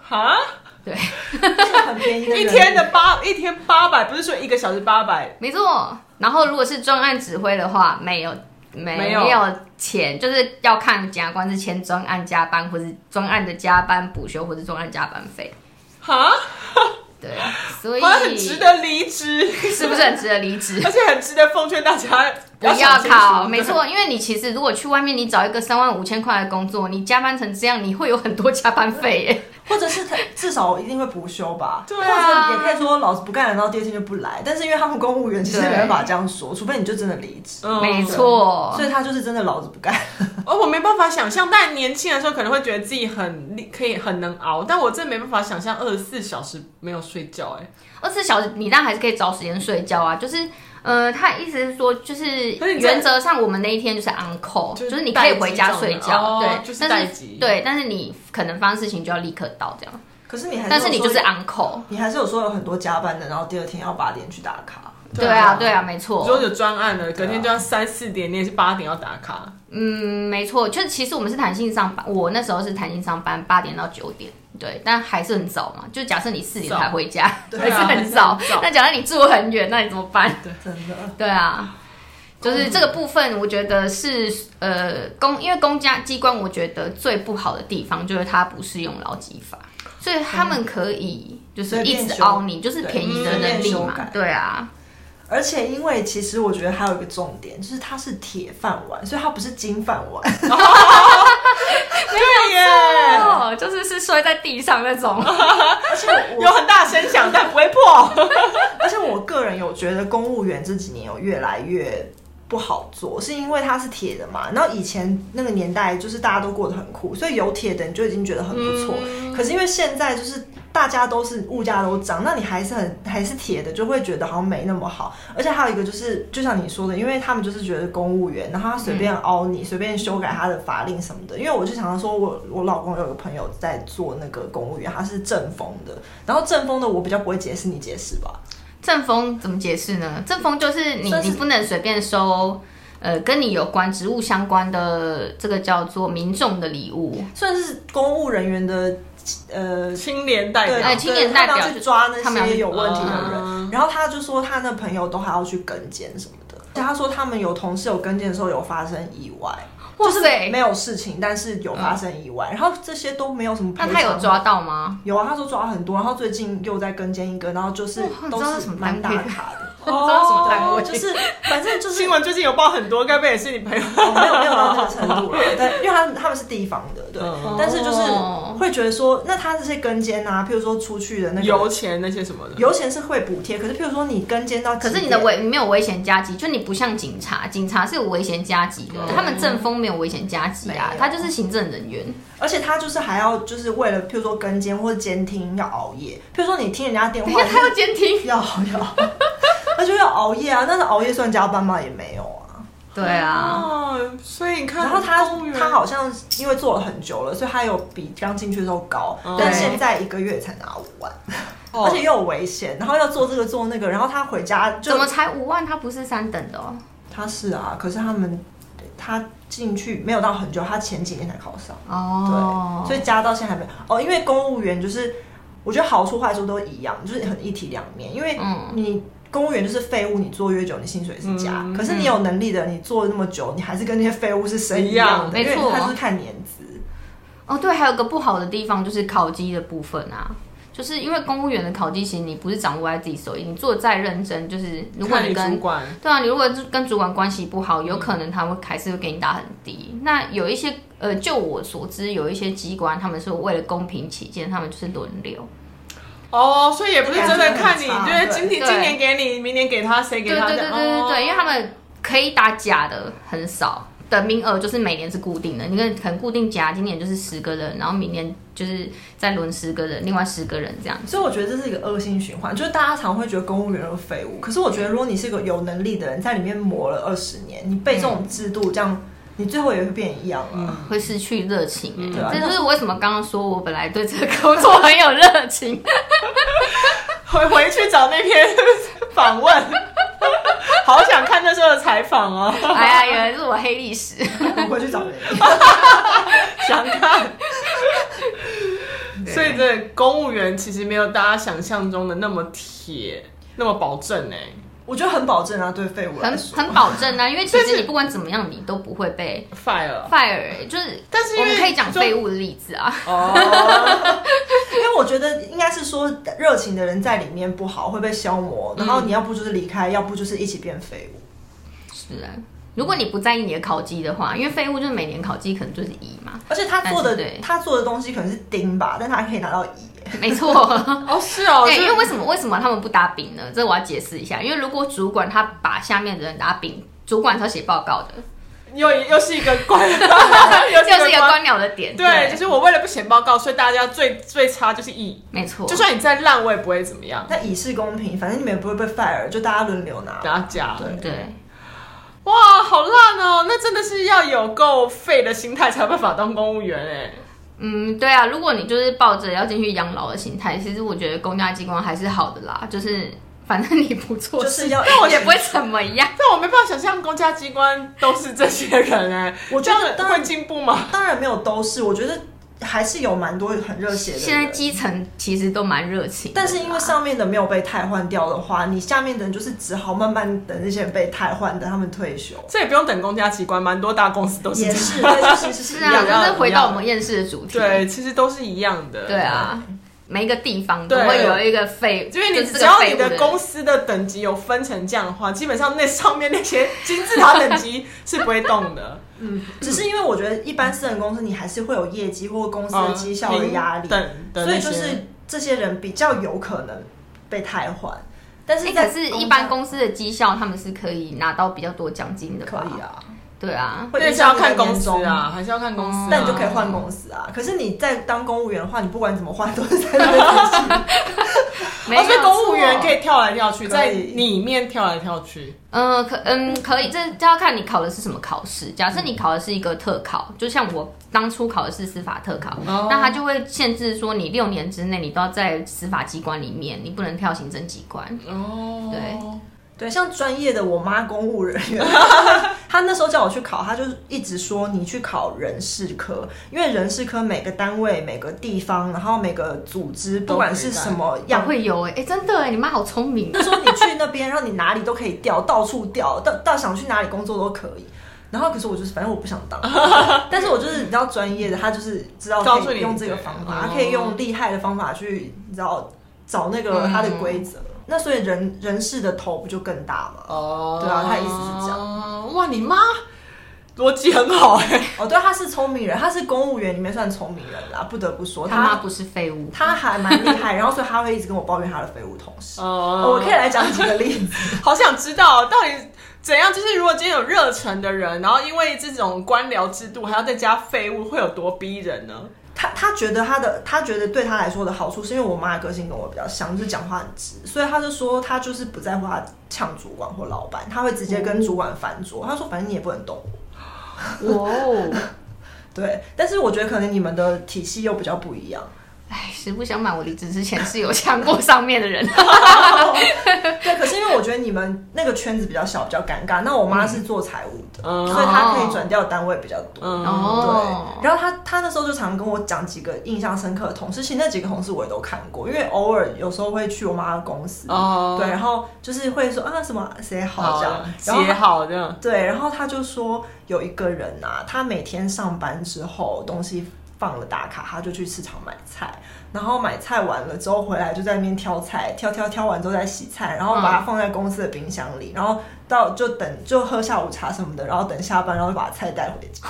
Speaker 1: 哈，
Speaker 2: 就很便宜的人
Speaker 1: 一天的八一天八百，不是说一个小时八百，
Speaker 3: 没错。然后如果是专案指挥的话，没有。没
Speaker 1: 没有
Speaker 3: 钱，就是要看检察官是签专案加班，或是专案的加班补休，或是专案加班费。
Speaker 1: 哈，
Speaker 3: 对，所以
Speaker 1: 好像很值得离职，
Speaker 3: 是不是很值得离职？
Speaker 1: 而且很值得奉劝大家
Speaker 3: 不要考，没错，因为你其实如果去外面，你找一个三万五千块的工作，你加班成这样，你会有很多加班费耶。
Speaker 2: 或者是他至少一定会补休吧，
Speaker 1: 对啊
Speaker 2: 或者也可以说老子不干了，然后第二天就不来。但是因为他们公务员其实
Speaker 3: 对
Speaker 2: 没办法这样说，除非你就真的离职，
Speaker 1: 嗯
Speaker 3: 没错
Speaker 2: 所，以他就是真的老子不干。
Speaker 1: 而我没办法想象，但年轻的时候可能会觉得自己很厉可以很能熬，但我真的没办法想象二十四小时没有睡觉、欸，
Speaker 3: 二十四小时你当然还是可以找时间睡觉啊，就是。呃，他意思是说，就是
Speaker 1: 可是你在
Speaker 3: 原则上我们那一天就是 on call，
Speaker 1: 就
Speaker 3: 就是是你可以回家睡
Speaker 1: 待机这样
Speaker 3: 觉，
Speaker 1: 的哦
Speaker 3: 对，
Speaker 1: 就是待
Speaker 3: 但
Speaker 1: 机
Speaker 3: 对，但是你可能发生事情就要立刻到这样，
Speaker 2: 可是你还
Speaker 3: 但是你
Speaker 2: 有
Speaker 3: 就是啊
Speaker 2: 说
Speaker 3: on call，
Speaker 2: 你还是有说有很多加班的，然后第二天要八点去打卡。
Speaker 1: 对
Speaker 3: 对
Speaker 1: 啊
Speaker 3: 啊，对啊，没
Speaker 1: 哎，
Speaker 3: 错，
Speaker 1: 如果有专案了，隔天就要三四点，你也是八点要打卡，
Speaker 3: 嗯，没错，就是其实我们是弹性上班，我那时候是弹性上班，八点到九点，对，但还是很早嘛。就假设你四点
Speaker 1: 早
Speaker 3: 才回家，
Speaker 1: 对
Speaker 3: 还是
Speaker 1: 啊
Speaker 3: 很早
Speaker 1: 还是很早。
Speaker 3: 那假设你住很远，那你怎么办？
Speaker 2: 真的，
Speaker 3: 对啊，
Speaker 1: 嗯
Speaker 3: 就是这个部分，我觉得是呃公，因为公家机关，我觉得最不好的地方就是它不适用劳基法，所以他们可以就是
Speaker 2: 随
Speaker 3: 一
Speaker 2: 便
Speaker 3: 直
Speaker 2: 修
Speaker 3: 凹你，就是
Speaker 2: 对
Speaker 3: 便宜的
Speaker 1: 随
Speaker 2: 便
Speaker 3: 能力
Speaker 2: 修
Speaker 3: 嘛
Speaker 2: 改，
Speaker 3: 对啊，
Speaker 2: 而且因为其实我觉得还有一个重点，就是它是铁饭碗，所以它不是金饭碗。
Speaker 1: 对耶，
Speaker 3: 哦，就是是摔在地上那种。
Speaker 2: 而且我
Speaker 1: 有很大声响，但不会破。
Speaker 2: 而且我个人有觉得公务员这几年有越来越不好做，是因为它是铁的嘛。然后以前那个年代就是大家都过得很苦，所以有铁的你就已经觉得很不错。可是因为现在就是大家都是物价都涨，那你还是很还是铁的，就会觉得好像没那么好。而且还有一个就是，就像你说的，因为他们就是觉得公务员，然后他随便凹你，随、便修改他的法令什么的。因为我就常常说我我老公有个朋友在做那个公务员，他是正风的，然后正风的我比较不会解释，你解释吧。
Speaker 3: 正风怎么解释呢？正风就是你
Speaker 2: 算是
Speaker 3: 你不能随便收，呃，跟你有关职务相关的这个叫做民众的礼物。
Speaker 2: 算是公务人员的呃。
Speaker 1: 青莲代
Speaker 2: 对，
Speaker 1: 表
Speaker 3: 哎，
Speaker 2: 对
Speaker 3: 青年代表
Speaker 2: 他们要去抓
Speaker 3: 他
Speaker 2: 那
Speaker 3: 们要
Speaker 2: 些
Speaker 3: 去啊
Speaker 2: 有问题的
Speaker 1: 嗯
Speaker 2: 人，然后他就说他那朋友都还要去跟监什么的。他说他们有同事有跟监的时候有发生意外，
Speaker 3: 哇
Speaker 2: 就是
Speaker 3: 塞
Speaker 2: 没有事情，但是有发生意外，然后这些都没有什么赔
Speaker 3: 那
Speaker 2: 偿。
Speaker 3: 他有抓到吗？
Speaker 2: 有啊，他说抓很多，然后最近又在跟监一个，然后就是
Speaker 3: 哇你知
Speaker 2: 都
Speaker 3: 道
Speaker 2: 是
Speaker 3: 什么
Speaker 2: 蛮打
Speaker 3: 单位
Speaker 2: 卡的。
Speaker 3: 不知道什么 单
Speaker 2: 哦，
Speaker 3: 位，
Speaker 2: 就是反正就是
Speaker 1: 新闻最近有报很多，该不会也是你朋友？
Speaker 2: 哦没有没有到那个程度 了，对，因为他们他们是地方的，对，
Speaker 1: 嗯
Speaker 2: 但是就是
Speaker 3: 哦
Speaker 2: 会觉得说，那他这些跟监啊，譬如说出去的那个
Speaker 1: 油钱那些什么的，
Speaker 2: 油钱是会补贴，可是譬如说你跟监到，
Speaker 3: 可是你的，危你没有危险加急，就你不像警察，警察是有危险加急的，他们正风没有危险加急啊
Speaker 2: 没有，
Speaker 3: 他就是行政人员。
Speaker 2: 而且他就是还要就是为了譬如说跟监或者监听要熬夜，譬如说你听人家电
Speaker 3: 等一
Speaker 2: 话
Speaker 3: 下，他要监听。
Speaker 2: 要要， 他就要熬夜啊，但是熬夜算加班吗？也没有啊。
Speaker 3: 对啊，
Speaker 1: 哦，所以你看，
Speaker 2: 然后他
Speaker 1: 公务员
Speaker 2: 他好像因为做了很久了，所以他有比刚进去的时候高，但现在一个月才拿五万，
Speaker 1: 哦
Speaker 2: 而且又有危险，然后要做这个做那个，然后他回家就
Speaker 3: 怎么才五万？他不是三等的哦。
Speaker 2: 他是啊，可是他们他进去没有到很久，他前几年才考上，对，
Speaker 3: 哦，
Speaker 2: 所以加到现在还没有哦，因为公务员就是我觉得好处坏处都一样，就是很一体两面，因为
Speaker 3: 嗯
Speaker 2: 你。公务员就是废物，你做越久，你薪水是加。
Speaker 1: 嗯
Speaker 2: 可是你有能力的，你做那么久，你还是跟那些废物是生一样的，
Speaker 3: 一样没
Speaker 2: 因为
Speaker 3: 错
Speaker 2: 他就是看年资。
Speaker 3: 哦，对，还有个不好的地方就是考绩的部分啊，就是因为公务员的考绩，其实你不是掌握在自己手里，你做得再认真，就是如果
Speaker 1: 看
Speaker 3: 你
Speaker 1: 你主
Speaker 3: 跟
Speaker 1: 管，
Speaker 3: 对啊，你如果是跟主管关系不好，有可能他会还是会给你打很低。那有一些呃，就我所知，有一些机关他们是为了公平起见，他们就是轮流。
Speaker 1: 哦，所以也不是真的看你，
Speaker 2: 感觉很
Speaker 1: 就
Speaker 2: 差
Speaker 1: 是今天
Speaker 3: 对
Speaker 1: 今年给你，明年给他，谁给
Speaker 3: 对对
Speaker 1: 他
Speaker 3: 对
Speaker 1: 的？
Speaker 3: 对对对，因为
Speaker 1: 哦
Speaker 3: 他们可以打假的很少。的名额就是每年是固定的，你看可能固定假，今年就是十个人，然后明年就是再轮十个人，另外十个人这样。
Speaker 2: 所以我觉得这是一个恶性循环，就是大家常会觉得公务员都是废物，可是我觉得如果你是一个有能力的人，在里面磨了二十年，你被这种制度这样，你最后也会变一样啊。
Speaker 3: 会失去热情、
Speaker 1: 嗯
Speaker 3: 欸
Speaker 2: 对啊
Speaker 3: 这就是为什么刚刚说我本来对这个工作很有热 情，
Speaker 1: 回回去找那篇 访问， 好想看那时候的采访哦，
Speaker 3: 哎呀，原来是我黑历史。
Speaker 2: 我回去找人。
Speaker 1: 想看。 所以这公务员其实没有大家想象中的那么铁，那么保证哎、
Speaker 2: 我觉得很保证啊，对废物来
Speaker 3: 很
Speaker 2: 说，
Speaker 3: 很保证啊，因为其
Speaker 1: 但是
Speaker 3: 实你不管怎么样，你都不会被
Speaker 1: fire
Speaker 3: fire，就是欸
Speaker 1: 但是因为
Speaker 3: 我们可以讲
Speaker 1: 就
Speaker 3: 废物的例子啊，
Speaker 1: 哦，
Speaker 2: 啊因为我觉得应该是说热情嗯的人在里面不好，会被消磨，然后你要不就是离开，要不就是一起变废物。
Speaker 3: 是啊，如果你不在意你的考绩的话，因为废物就是每年考绩可能就是一嘛，
Speaker 2: 而且他做
Speaker 3: 但是
Speaker 2: 的
Speaker 3: 对
Speaker 2: 他做的东西可能是丁吧，但他可以拿到乙。
Speaker 3: 没错。
Speaker 1: 哦，是哦，
Speaker 3: 对，
Speaker 1: 就
Speaker 3: 因为为什么为什么他们不打饼呢？这我要解释一下，因为如果主管他把下面的人打饼，主管是要写报告的，
Speaker 1: 又又是一个官，
Speaker 3: 这
Speaker 1: 又
Speaker 3: 就是一个
Speaker 1: 官
Speaker 3: 官僚的点。
Speaker 1: 对，就是我为了不写报告，所以大家最最差就是 E，
Speaker 3: 没错，
Speaker 1: 就算你再烂，我也不会怎么样。
Speaker 2: 那乙是公平，反正你们也不会被 fire，就大家轮流拿。
Speaker 1: 大家
Speaker 3: 对。
Speaker 1: 哇，好烂哦！那真的是要有够废的心态才有办法当公务员哎。
Speaker 3: 嗯，对啊，如果你就是抱着要进去养老的心态，其实我觉得公家机关还是好的啦，就是反正你不做
Speaker 2: 就
Speaker 3: 事，
Speaker 2: 是要，
Speaker 1: 那我
Speaker 3: 也不会怎么样。
Speaker 1: 但我没办法想象公家机关都是这些人哎，
Speaker 2: 我觉得
Speaker 1: 这样会进步吗？
Speaker 2: 当然没有都是，我觉得还是有蛮多很热血的人。
Speaker 3: 现在基层其实都蛮热情的啦，
Speaker 2: 但是因为上面的没有被汰换掉的话，你下面的人就是只好慢慢等那些人被汰换，等他们退休。
Speaker 1: 这也不用等公家机关，蛮多大公司都是
Speaker 2: 也
Speaker 1: 这
Speaker 2: 是，
Speaker 1: 样。
Speaker 2: 对，就是是
Speaker 3: 啊 是
Speaker 2: 一样
Speaker 1: 养
Speaker 2: 的。
Speaker 3: 啊，
Speaker 1: 老
Speaker 3: 就是回
Speaker 1: 养
Speaker 3: 到我们厌世的主 题，
Speaker 1: 对，其实都是一样的。
Speaker 3: 对啊，每一个地方都
Speaker 1: 对
Speaker 3: 会有一个废，
Speaker 1: 因为你
Speaker 3: 就是这
Speaker 1: 只
Speaker 3: 个
Speaker 1: 要
Speaker 3: 废
Speaker 1: 你
Speaker 3: 物的
Speaker 1: 的
Speaker 3: 人
Speaker 1: 公司的等级有分成这样的话，基本上那上面那些金字塔等级 是不会动的。
Speaker 2: 只是因为我觉得一般私人公司你还是会有业绩或公司的绩效的压力，
Speaker 1: 等
Speaker 3: 哦
Speaker 1: 等，
Speaker 2: 所以就是这些人比较有可能被汰换。但是
Speaker 3: 欸
Speaker 2: 在
Speaker 3: 可是，
Speaker 2: 公
Speaker 3: 一般
Speaker 2: 司
Speaker 3: 公司的绩效他们是可以拿到比较多奖金的
Speaker 2: 可
Speaker 3: 吧？
Speaker 2: 以，啊，
Speaker 3: 对啊，
Speaker 1: 那
Speaker 2: 影
Speaker 1: 是要
Speaker 2: 响
Speaker 1: 看
Speaker 2: 你的
Speaker 1: 公
Speaker 2: 年
Speaker 1: 司
Speaker 2: 终
Speaker 1: 啊，。还是要看公司、啊。
Speaker 2: 嗯但你就可以换公司啊。可是你在当公务员的话，你不管怎么换都是在那边自己。
Speaker 3: 没
Speaker 1: 哦，所以
Speaker 3: 有
Speaker 1: 公务员
Speaker 3: 错
Speaker 1: 可以跳来跳去，
Speaker 2: 可以
Speaker 1: 在里面跳来跳去。
Speaker 3: 嗯，可嗯可以，这这要看你考的是什么考试。假设你考的是一个特考，就像我当初考的是司法特考，
Speaker 1: 哦
Speaker 3: 那他就会限制说你六年之内你都要在司法机关里面，你不能跳行政机关。
Speaker 1: 哦，
Speaker 3: 对
Speaker 2: 对，像专业的我妈公务人 员，她她那时候叫我去考，她就是一直说你去考人事科，因为人事科每个单位、每个地方，然后每个组织，不管是什
Speaker 1: 哦
Speaker 2: 么
Speaker 3: 也
Speaker 2: 样，
Speaker 3: 会有哎、欸、真的哎、你妈好聪明。
Speaker 2: 她说你去那边，然后你哪里都可以调，到处调，到到想去哪里工作都可以。然后可是我就是，反正我不想 当，但是我就是比较专业的，她就是知道
Speaker 1: 告诉
Speaker 2: 可
Speaker 1: 你
Speaker 2: 以用这个方
Speaker 1: 对
Speaker 2: 法，
Speaker 1: 哦
Speaker 2: 她可以用厉害的方法去，你知道找那个她的
Speaker 1: 嗯
Speaker 2: 规则。那所以人人事的头不就更大吗？
Speaker 1: 哦
Speaker 2: 对啊他意思是这
Speaker 1: 样。哇，你妈逻辑很好哎、
Speaker 2: 哦，对，他是聪明人，他是公务员里面算聪明人啦，不得不说，
Speaker 3: 哦他妈
Speaker 2: 他
Speaker 3: 不是废物，
Speaker 2: 他还蛮厉害，然后所以他会一直跟我抱怨他的废物同事。哦
Speaker 1: 哦
Speaker 2: 我可以来讲几个例子，
Speaker 1: 好想知道到底怎样，就是如果今天有热忱的人，然后因为这种官僚制度还要再加废物，会有多逼人呢？
Speaker 2: 他他觉得他的他觉得对他来说的好处，是因为我妈的个性跟我比较像，就是讲话很直，所以他就说他就是不在乎他呛主管或老板，他会直接跟
Speaker 3: 哦
Speaker 2: 主管翻桌，他说反正你也不能动我。
Speaker 3: 哇哦！
Speaker 2: 对，但是我觉得可能你们的体系又比较不一样，
Speaker 3: 哎，实不相瞒，我离职之前是有呛过上面的人。
Speaker 2: 对，可是因为我觉得你们那个圈子比较小，比较尴尬。那我
Speaker 3: 嗯
Speaker 2: 妈是做财务的，
Speaker 1: 嗯
Speaker 2: 所以她可以转调单位比较多。
Speaker 1: 嗯，
Speaker 3: 哦
Speaker 2: 对，然后他他那时候就常跟我讲几个印象深刻的同事，其实那几个同事我也都看过，因为偶尔有时候会去我妈的公司，
Speaker 1: 哦
Speaker 2: 对，然后就是会说啊什么谁好
Speaker 1: 好
Speaker 2: 这样，然后
Speaker 1: 写好这样，
Speaker 2: 对，然后他就说有一个人啊，他每天上班之后东西放了打卡，他就去市场买菜，然后买菜完了之后回来就在那边挑菜，挑挑挑完之后再洗菜，然后把它放在公司的冰箱里，然后到就等就喝下午茶什么的，然后等下班，然后就把菜带回家。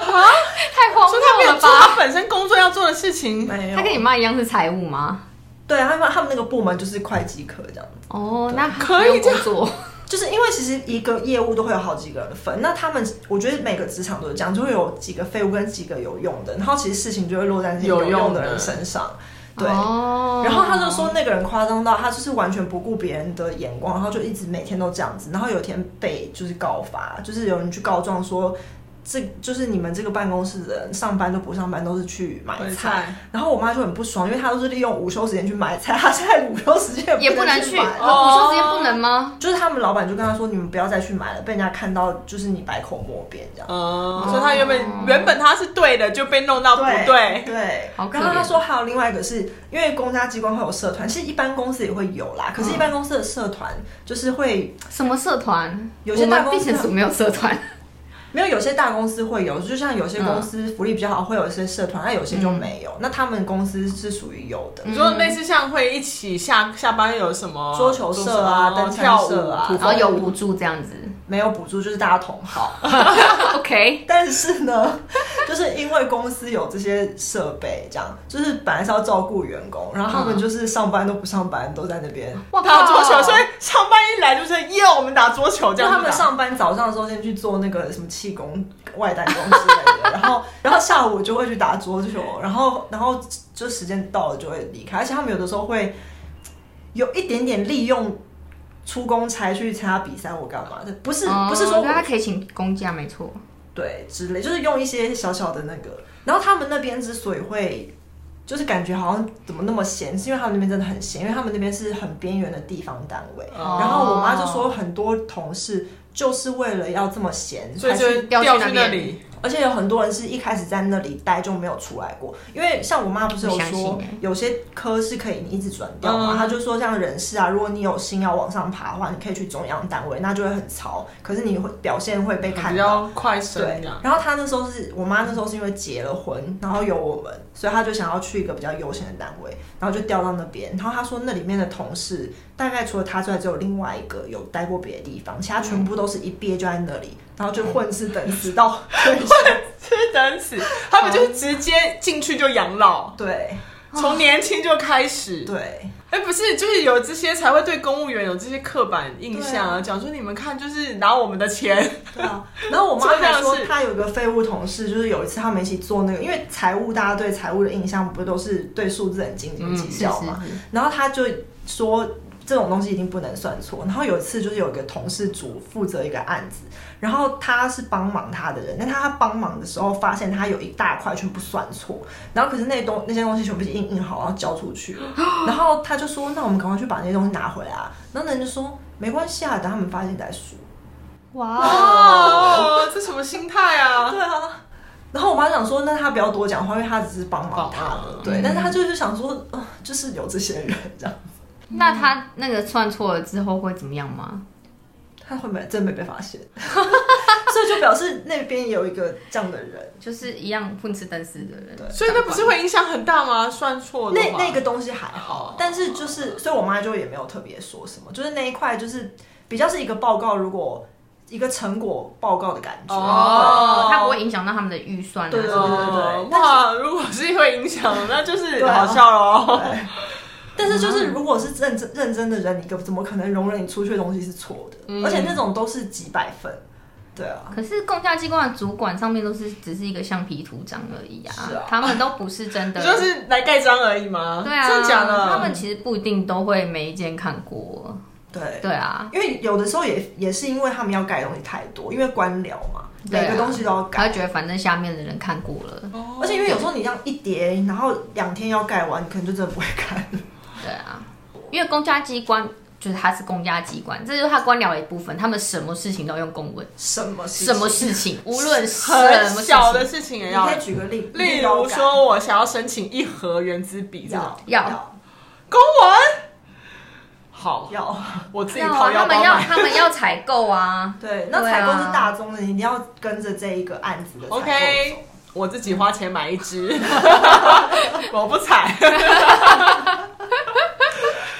Speaker 3: 太荒
Speaker 1: 所以他没
Speaker 3: 谬
Speaker 1: 有
Speaker 3: 了
Speaker 1: 做
Speaker 3: 吧？
Speaker 1: 他本身工作要做的事情。
Speaker 2: 没有，
Speaker 3: 他跟你妈一样是财务吗？
Speaker 2: 对他们他们那个部门就是会计科这样子，
Speaker 3: 哦，那还
Speaker 1: 可以
Speaker 3: 不用工作，
Speaker 2: 就是因为其实一个业务都会有好几个人分，那他们我觉得每个职场都是这样，就会有几个废物跟几个有用的，然后其实事情就会落在那些
Speaker 1: 有
Speaker 2: 有
Speaker 1: 用的
Speaker 2: 用的人身上，对。
Speaker 3: 哦
Speaker 2: 然后他就说，那个人夸张到他就是完全不顾别人的眼光，然后就一直每天都这样子。然后有一天被就是告发，就是有人去告状说，这就是你们这个办公室的人上班都不上班，都是去买
Speaker 1: 买
Speaker 2: 菜
Speaker 1: 菜。
Speaker 2: 然后我妈就很不爽，因为她都是利用午休时间去买菜，她现在午休时间
Speaker 3: 也不能去，
Speaker 2: 去
Speaker 3: 哦午
Speaker 2: 买了。
Speaker 3: 休时间不能吗？
Speaker 2: 就是他们老板就跟她说，你们不要再去买了，被人家看到就是你百口莫辩这样。
Speaker 1: 嗯，所以他原本原本他是对的，就被弄到不
Speaker 2: 对
Speaker 1: 对。
Speaker 2: 对，
Speaker 3: 好可
Speaker 2: 然后他
Speaker 3: 怜
Speaker 2: 说还有另外一个是因为公家机关会有社团，其实一般公司也会有
Speaker 3: 嗯
Speaker 2: 啦，可是一般公司的社团就是会
Speaker 3: 什么社团？
Speaker 2: 有些
Speaker 3: 我
Speaker 2: 大
Speaker 3: 们
Speaker 2: 公司
Speaker 3: 避险组没有社团，
Speaker 2: 没有，有些大公司会有，就像有些公司福利比较好，会有一些社团，那有些就没
Speaker 3: 嗯
Speaker 2: 有。那他们公司是属于有的，
Speaker 1: 你说类似像会一起下下班有什么
Speaker 2: 桌球社啊
Speaker 1: 哦
Speaker 2: 单枪
Speaker 1: 跳舞
Speaker 2: 社啊
Speaker 1: 土
Speaker 3: 然后
Speaker 1: 风
Speaker 3: 有补助这样子。
Speaker 2: 没有补助，就是大家同好。
Speaker 3: OK，
Speaker 2: 但是呢，就是因为公司有这些设备，这样就是本来是要照顾员工，然后
Speaker 3: 嗯
Speaker 2: 他们就是上班都不上班，都在那边。
Speaker 3: 哇
Speaker 1: 啊打桌球，所
Speaker 3: 所
Speaker 1: 以
Speaker 3: 以
Speaker 1: 上班一来就是耶，我们打桌球这
Speaker 2: 就
Speaker 1: 样
Speaker 2: 他
Speaker 1: 子打。
Speaker 2: 们上班早上的时候先去做那个什么气功、 外丹功之类的，然后然后下午就会去打桌球，然后然后就时间到了就会离开，而且他们有的时候会有一点点利用出公差去参加比赛或干嘛的，不是不是说
Speaker 3: 哦他可以请公假，没错。
Speaker 2: 对之类，就是用一些小小的那个。然后他们那边之所以会，就是感觉好像怎么那么闲，是因为他们那边真的很闲，因为他们那边是很边缘的地方单位。
Speaker 1: 哦
Speaker 2: 然后我妈就说，很多同事就是为了要这么闲，
Speaker 1: 所以
Speaker 2: 才
Speaker 1: 就
Speaker 2: 去
Speaker 1: 会掉去那
Speaker 3: 才是
Speaker 1: 里，
Speaker 2: 而且有很多人是一开始在那里待就没有出来过，因为像我妈不是有
Speaker 3: 不相信
Speaker 2: 说
Speaker 3: 欸
Speaker 2: 有些科是可以你一直转掉嘛，
Speaker 1: 嗯
Speaker 2: 她就说像人事啊，如果你有心要往上爬的话，你可以去中央单位，那就会很潮，可是你会表现会被看
Speaker 1: 哦比
Speaker 2: 到。
Speaker 1: 较快升
Speaker 2: 对
Speaker 1: 这样，。
Speaker 2: 然后她那时候是我妈那时候是因为结了婚，然后有我们，所以她就想要去一个比较悠闲的单位，然后就调到那边。然后她说那里面的同事大概除了她之外，只有另外一个有待过别的地方，其他全部都是一毕业就在那里，然后就混吃等死到 退休。
Speaker 1: 是等死，他们就是直接进去就养老，
Speaker 2: 对
Speaker 1: 从年轻就开始。
Speaker 2: 哦对，
Speaker 1: 哎、不是，就是有这些才会对公务员有这些刻板印象
Speaker 2: 对
Speaker 1: 啊，讲、说你们看就是拿我们的钱，
Speaker 2: 对啊。然后我妈
Speaker 1: 这样
Speaker 2: 还说
Speaker 1: 是，
Speaker 2: 她有一个废物同事，就是有一次他们一起做那个，因为财务大家对财务的印象不都是对数字很斤斤计
Speaker 3: 嗯是
Speaker 2: 较嘛？
Speaker 3: 是是
Speaker 2: 然后他就说这种东西一定不能算错。然后有一次就是有一个同事组负责一个案子，然后他是帮忙他的人，但他帮忙的时候发现他有一大块全部算错，然后可是那东那些东西全部印印好，然后交出去了，然后他就说那我们赶快去把那些东西拿回来啊。然后那人就说没关系啊，等他们发现再说。
Speaker 3: 哇哦，
Speaker 1: 哦， 这什么心态啊？
Speaker 2: 对啊。然后我妈想说，那她不要多讲话，因为她只是帮忙他
Speaker 1: 帮
Speaker 2: 的
Speaker 1: 忙，
Speaker 2: 对。
Speaker 3: 嗯
Speaker 2: 但是她就是想说，呃，就是有这些人这样，
Speaker 3: 那他那个算错了之后会怎么样吗？
Speaker 2: 她会没真没被发现， 所以就表示那边有一个这样的人。
Speaker 3: 就是一样混吃等死的人，
Speaker 1: 所以那
Speaker 3: 哦
Speaker 1: 不是会影响很大吗？算错的
Speaker 2: 那
Speaker 1: 话
Speaker 2: 那个东西还好
Speaker 1: 哦，
Speaker 2: 但是就是，所以我妈就也没有特别说什么，就是那一块就是比较是一个报告，如果一个成果报告的感觉。
Speaker 1: 哦
Speaker 3: 哦，他不会影响到他们的预算啊
Speaker 2: 对
Speaker 3: 什
Speaker 2: 对
Speaker 3: 么的。
Speaker 1: 哦
Speaker 2: 对对
Speaker 1: 哇，如果是会影响，那就是
Speaker 2: 对啊
Speaker 1: 好笑
Speaker 2: 对
Speaker 1: 喽。
Speaker 2: 对但是就是，
Speaker 1: 嗯
Speaker 2: 如果是认真认真的人，你可怎么可能容忍你出去的东西是错的？
Speaker 1: 嗯
Speaker 2: 而且那种都是几百分，对啊。
Speaker 3: 可是公家机关的主管上面都是只是一个橡皮图章而已啊，
Speaker 2: 是啊
Speaker 3: 他们都不是真的，
Speaker 1: 就是来盖章而已吗？
Speaker 3: 对啊，
Speaker 1: 真的假
Speaker 3: 他
Speaker 1: 的？
Speaker 3: 们其实不一定都会每一件看过，
Speaker 2: 对，
Speaker 3: 对啊，
Speaker 2: 因为有的时候也也是因为他们要改的东西太多，因为官僚嘛，
Speaker 3: 对啊
Speaker 2: 每个东西都要
Speaker 3: 他
Speaker 2: 改，
Speaker 3: 会觉得反正下面的人看过了，
Speaker 1: 哦
Speaker 2: 而且因为有时候你这样一叠，然后两天要盖完，你可能就真的不会看。
Speaker 3: 对啊，因为公家机关。就是他是公家机关，这就是他官僚的一部分。他们什么事情都用公文，
Speaker 2: 什么事
Speaker 3: 什么？事情，无论什么
Speaker 1: 很
Speaker 3: 事情
Speaker 1: 小的事情也
Speaker 2: 你
Speaker 1: 要
Speaker 2: 可，以举个例，一
Speaker 1: 例
Speaker 2: 定要
Speaker 1: 如
Speaker 2: 改
Speaker 1: 说我想要申请一盒原子笔这种
Speaker 2: 要
Speaker 3: 要
Speaker 1: 公文，好，
Speaker 2: 要
Speaker 1: 我自己
Speaker 3: 要
Speaker 1: 掏
Speaker 3: 啊
Speaker 1: 腰
Speaker 3: 他
Speaker 1: 包
Speaker 3: 们要
Speaker 1: 买。
Speaker 3: 他们要采购啊，
Speaker 2: 对，那
Speaker 3: 对
Speaker 2: 采
Speaker 3: 啊
Speaker 2: 购是大宗的，你一定要跟着这一个案子的采购
Speaker 1: OK，
Speaker 2: 走
Speaker 1: 我自己花钱买一支，我不采。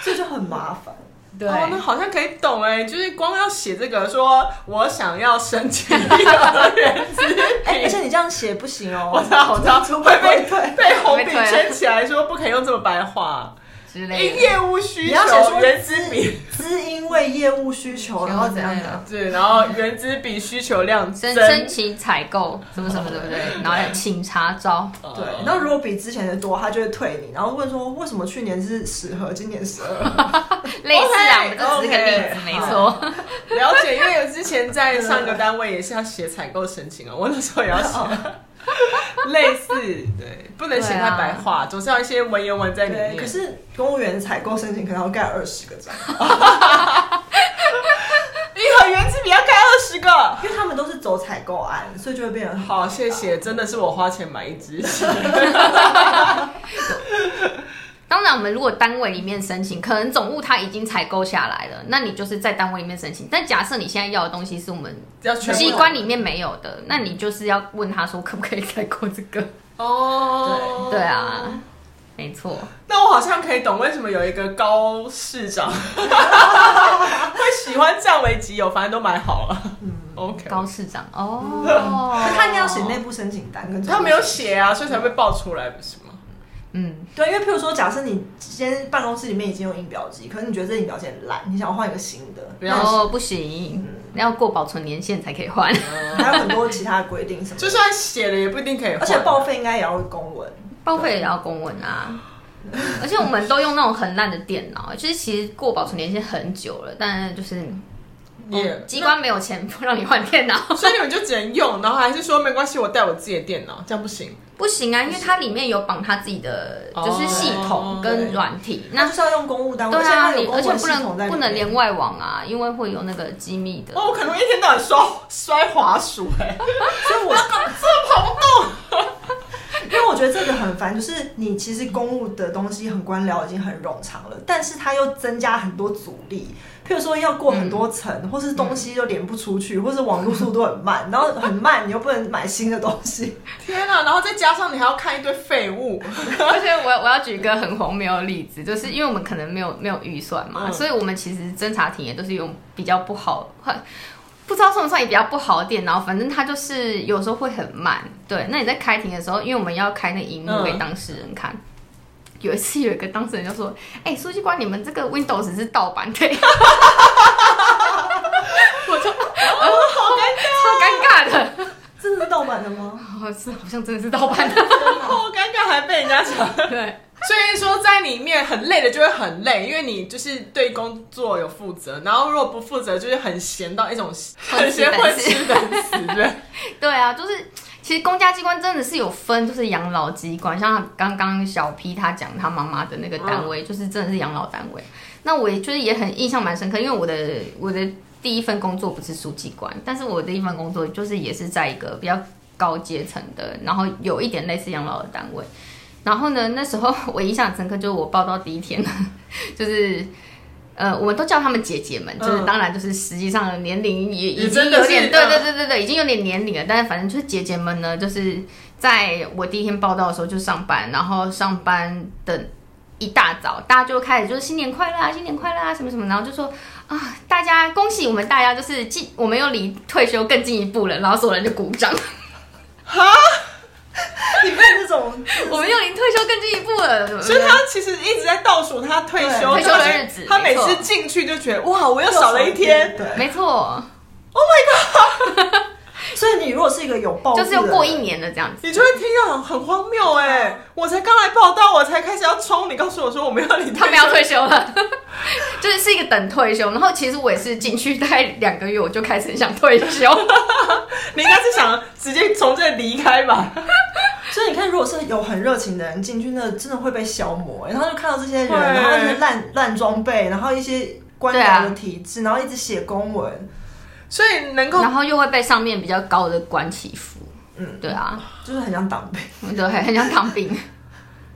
Speaker 2: 这就很麻烦。
Speaker 3: 对
Speaker 1: 哦，那好像可以懂哎，就是光要写这个，说我想要申请一盒原子
Speaker 2: 哎，而
Speaker 1: 笔。
Speaker 2: 且你这样写不行哦，
Speaker 1: 我知道，我知道，
Speaker 2: 出
Speaker 1: 会被
Speaker 2: 对。
Speaker 1: 被红笔
Speaker 3: 会退啊
Speaker 1: 圈起来，说不可以用这么白话。
Speaker 3: 之类
Speaker 1: 因
Speaker 3: 的。
Speaker 1: 业务需
Speaker 2: 你要写
Speaker 1: 求，
Speaker 2: 说
Speaker 1: 原子笔，
Speaker 2: 是因为业务需求，然后怎样
Speaker 3: 对
Speaker 2: 怎
Speaker 3: 啊
Speaker 2: 样，
Speaker 1: 对，然后原子笔需求量增
Speaker 3: 申，申请采购什么什么，对不对？然后来请查招，
Speaker 2: 对，
Speaker 1: 对，
Speaker 2: 然后如果比之前的多，他就会退你，然后问说为什么去年是十盒，今年十二盒？
Speaker 3: 类似啊，我们
Speaker 1: OK，
Speaker 3: 这只是个例
Speaker 1: OK，
Speaker 3: 子，没错。
Speaker 1: 了解，因为我之前在上个单位也是要写采购申请啊，我那时候也要写，
Speaker 2: 哦
Speaker 1: 类似，对，不能写太白话，总是要一些文言文在里面。
Speaker 2: 哦对，可是公务员采购申请可能要盖二十个章，
Speaker 1: 一盒原子笔要盖二十个。
Speaker 2: 因为他们都是走采购案，所以就会变得很
Speaker 1: 好，谢谢，真的是我花钱买一支。
Speaker 3: 当然，我们如果单位里面申请，可能总务他已经采购下来了，那你就是在单位里面申请。但假设你现在要的东西是我们
Speaker 1: 要全部
Speaker 3: 机关里面没有的，那 你就是要问他说可不可以采购这个？
Speaker 1: 哦，
Speaker 3: 对啊，没错，
Speaker 1: 那我好像可以懂为什么有一个高市 长会喜欢占为己有，反正都买好了。OK，
Speaker 2: 嗯
Speaker 3: 高市长哦，
Speaker 2: 可他应该要写内部申请单跟
Speaker 1: 他没有写啊，所以才被爆出来，不是吗？
Speaker 3: 嗯，
Speaker 2: 对，因为譬如说，假设你今天办公室里面已经用印表机，可是你觉得这印表机很烂，你想要换一个新的，
Speaker 1: 不
Speaker 3: 然
Speaker 1: 要写，
Speaker 3: 后不嗯行，要过保存年限才可以 换。
Speaker 2: 还有很多其他的规定什 么的
Speaker 1: 就。算写了也不一定可以换，啊
Speaker 2: 而且报废应该也要公文，
Speaker 3: 报废也要公文啊。而且我们都用那种很烂的电脑，就是其实过保存年限很久了，但就是
Speaker 1: 也
Speaker 3: 机关没有钱不让你换电脑，
Speaker 1: 所以你们就只能用，然后还是说没关系，我带我自己的电脑，这样不行。
Speaker 3: 不行啊，因为它里面有绑它自己的
Speaker 1: 哦
Speaker 3: 就是系统跟软体，
Speaker 2: 那
Speaker 3: 那
Speaker 2: 就是要用公务单位，
Speaker 3: 对
Speaker 2: 现在
Speaker 3: 啊，
Speaker 2: 它有
Speaker 3: 你
Speaker 2: 公
Speaker 3: 而且
Speaker 2: 文
Speaker 3: 不
Speaker 2: 系统在
Speaker 3: 能
Speaker 2: 里面
Speaker 3: 不能连外网啊，因为会有那个机密 的。
Speaker 1: 哦，我可能一天到晚刷 摔滑鼠、哎，
Speaker 2: 所以我这跑 不动。因为我觉得这个很烦，就是你其实公务的东西很官僚已经很冗长了，但是它又增加很多阻力，譬如说要过很多层，或是东西又连不出去，或是网络速度很慢，然后很慢你又不能买新的东 西，
Speaker 1: 天啊！然后再加上你还要看一堆废 物，
Speaker 3: 而且我我要举一个很荒谬的例子，就是因为我们可能没有没有预算嘛，
Speaker 1: 嗯
Speaker 3: 所以我们其实侦查庭也都是用比较不好，很不知道算不算也比较不好的电脑，反正它就是有时候会很慢。对，那你在开庭的时候，因为我们要开那个荧幕
Speaker 1: 嗯
Speaker 3: 给当事人看。有一次有一个当事人就说：“哎、书记官，你们这个 Windows 是盗版的。”哎我就好尴尬，超尴尬的。
Speaker 2: 真的是盗版的吗？
Speaker 3: 哦，是好像真的是盗 版 的，
Speaker 1: 好尴尬，还被人家讲。
Speaker 3: 对。
Speaker 1: 所以说，在里面很累的就会很累，因为你就是对工作有负责，然后如果不负责，就是很闲到一种 很闲会吃等死， 对。
Speaker 3: 对啊，就是其实公家机关真的是有分，就是养老机关，像刚刚小 P 他讲他妈妈的那个单位，就是真的是养老单位。那我也就是也很印象蛮深刻，因为我的我的第一份工作不是书记官，但是我的第一份工作就是也是在一个比较高阶层的，然后有一点类似养老的单位。然后呢，那时候我印象很深刻，就是我报到第一天， 就是呃，我们都叫他们姐姐们，就是
Speaker 1: 嗯
Speaker 3: 当然就是实际上的年龄也
Speaker 1: 也
Speaker 3: 已经
Speaker 1: 真的
Speaker 3: 有
Speaker 1: 是嗯
Speaker 3: 点对对对对对，已经有点年龄了，但是反正就是姐姐们呢，就是在我第一天报道的时候就上班，然后上班的一大早，大家就开始就是新年快乐啊，新年快乐啊，什么什么，然后就说啊，大家恭喜我们大家，就是进我们又离退休更进一步了，然后所有人就鼓掌，
Speaker 2: 你被这种
Speaker 3: 我们又离退休更进一步了，怎么
Speaker 1: 所以他其实一直在倒数他退休
Speaker 3: 对退休的日子
Speaker 1: 他每
Speaker 3: 没
Speaker 1: 次
Speaker 3: 错
Speaker 1: 进去就觉得 Oh 哇，我又少了一天。
Speaker 2: 对，
Speaker 3: 没错，
Speaker 2: 所以你如果是一个有报复的
Speaker 3: 就
Speaker 2: 人，
Speaker 1: 哦
Speaker 3: 是又
Speaker 1: 啊
Speaker 3: 过一年了这样子。
Speaker 1: 你就会听到很很荒谬哎、我才刚来报道，我才开始要冲，你告诉我说我没有你，
Speaker 3: 他们要退休了， 就是是一个等退休。然后其实我也是进去大概两个月，我就开始很想退休。
Speaker 1: 你应该是想直接从这里离开吧？
Speaker 2: 所以你看，如果是有很热情的人进去，那真的会被消磨、欸然后就看到这些人，
Speaker 1: 会
Speaker 2: 然后一些烂烂装备，然后一些官
Speaker 3: 对啊
Speaker 2: 僚的体制，然后一直写公文，
Speaker 1: 所以能够
Speaker 3: 然后又会被上面比较高的官欺负。嗯，对啊，
Speaker 2: 就是很像党辈。
Speaker 3: 对，很想当兵。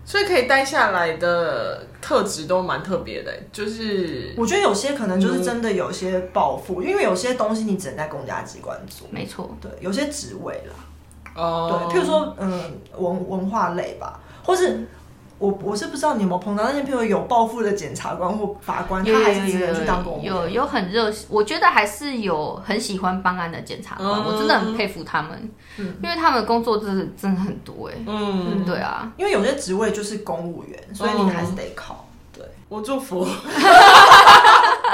Speaker 1: 所以可以待下来的特质都蛮特别的、欸就是
Speaker 2: 我觉得有些可能
Speaker 3: 嗯
Speaker 2: 就是真的有些报复，因为有些东西你只能在公家机关做，
Speaker 3: 没错，
Speaker 2: 对，有些职位啦，
Speaker 1: 哦，
Speaker 2: 对，譬如说嗯文文化类吧，或
Speaker 3: 嗯
Speaker 2: 是。我我是不知道你有没有碰到那些，譬如有报复的检察官或法官，他还是只能去当公务员。
Speaker 3: 有有很热，我觉得还是有很喜欢办案的检察官，
Speaker 1: 嗯
Speaker 3: 我真的很佩服他们，因为他们的工作真的真的很多哎、
Speaker 1: 嗯，
Speaker 3: 对啊，
Speaker 2: 因为有些职位就是公务员，所以你还是得考。对，
Speaker 1: 我祝福，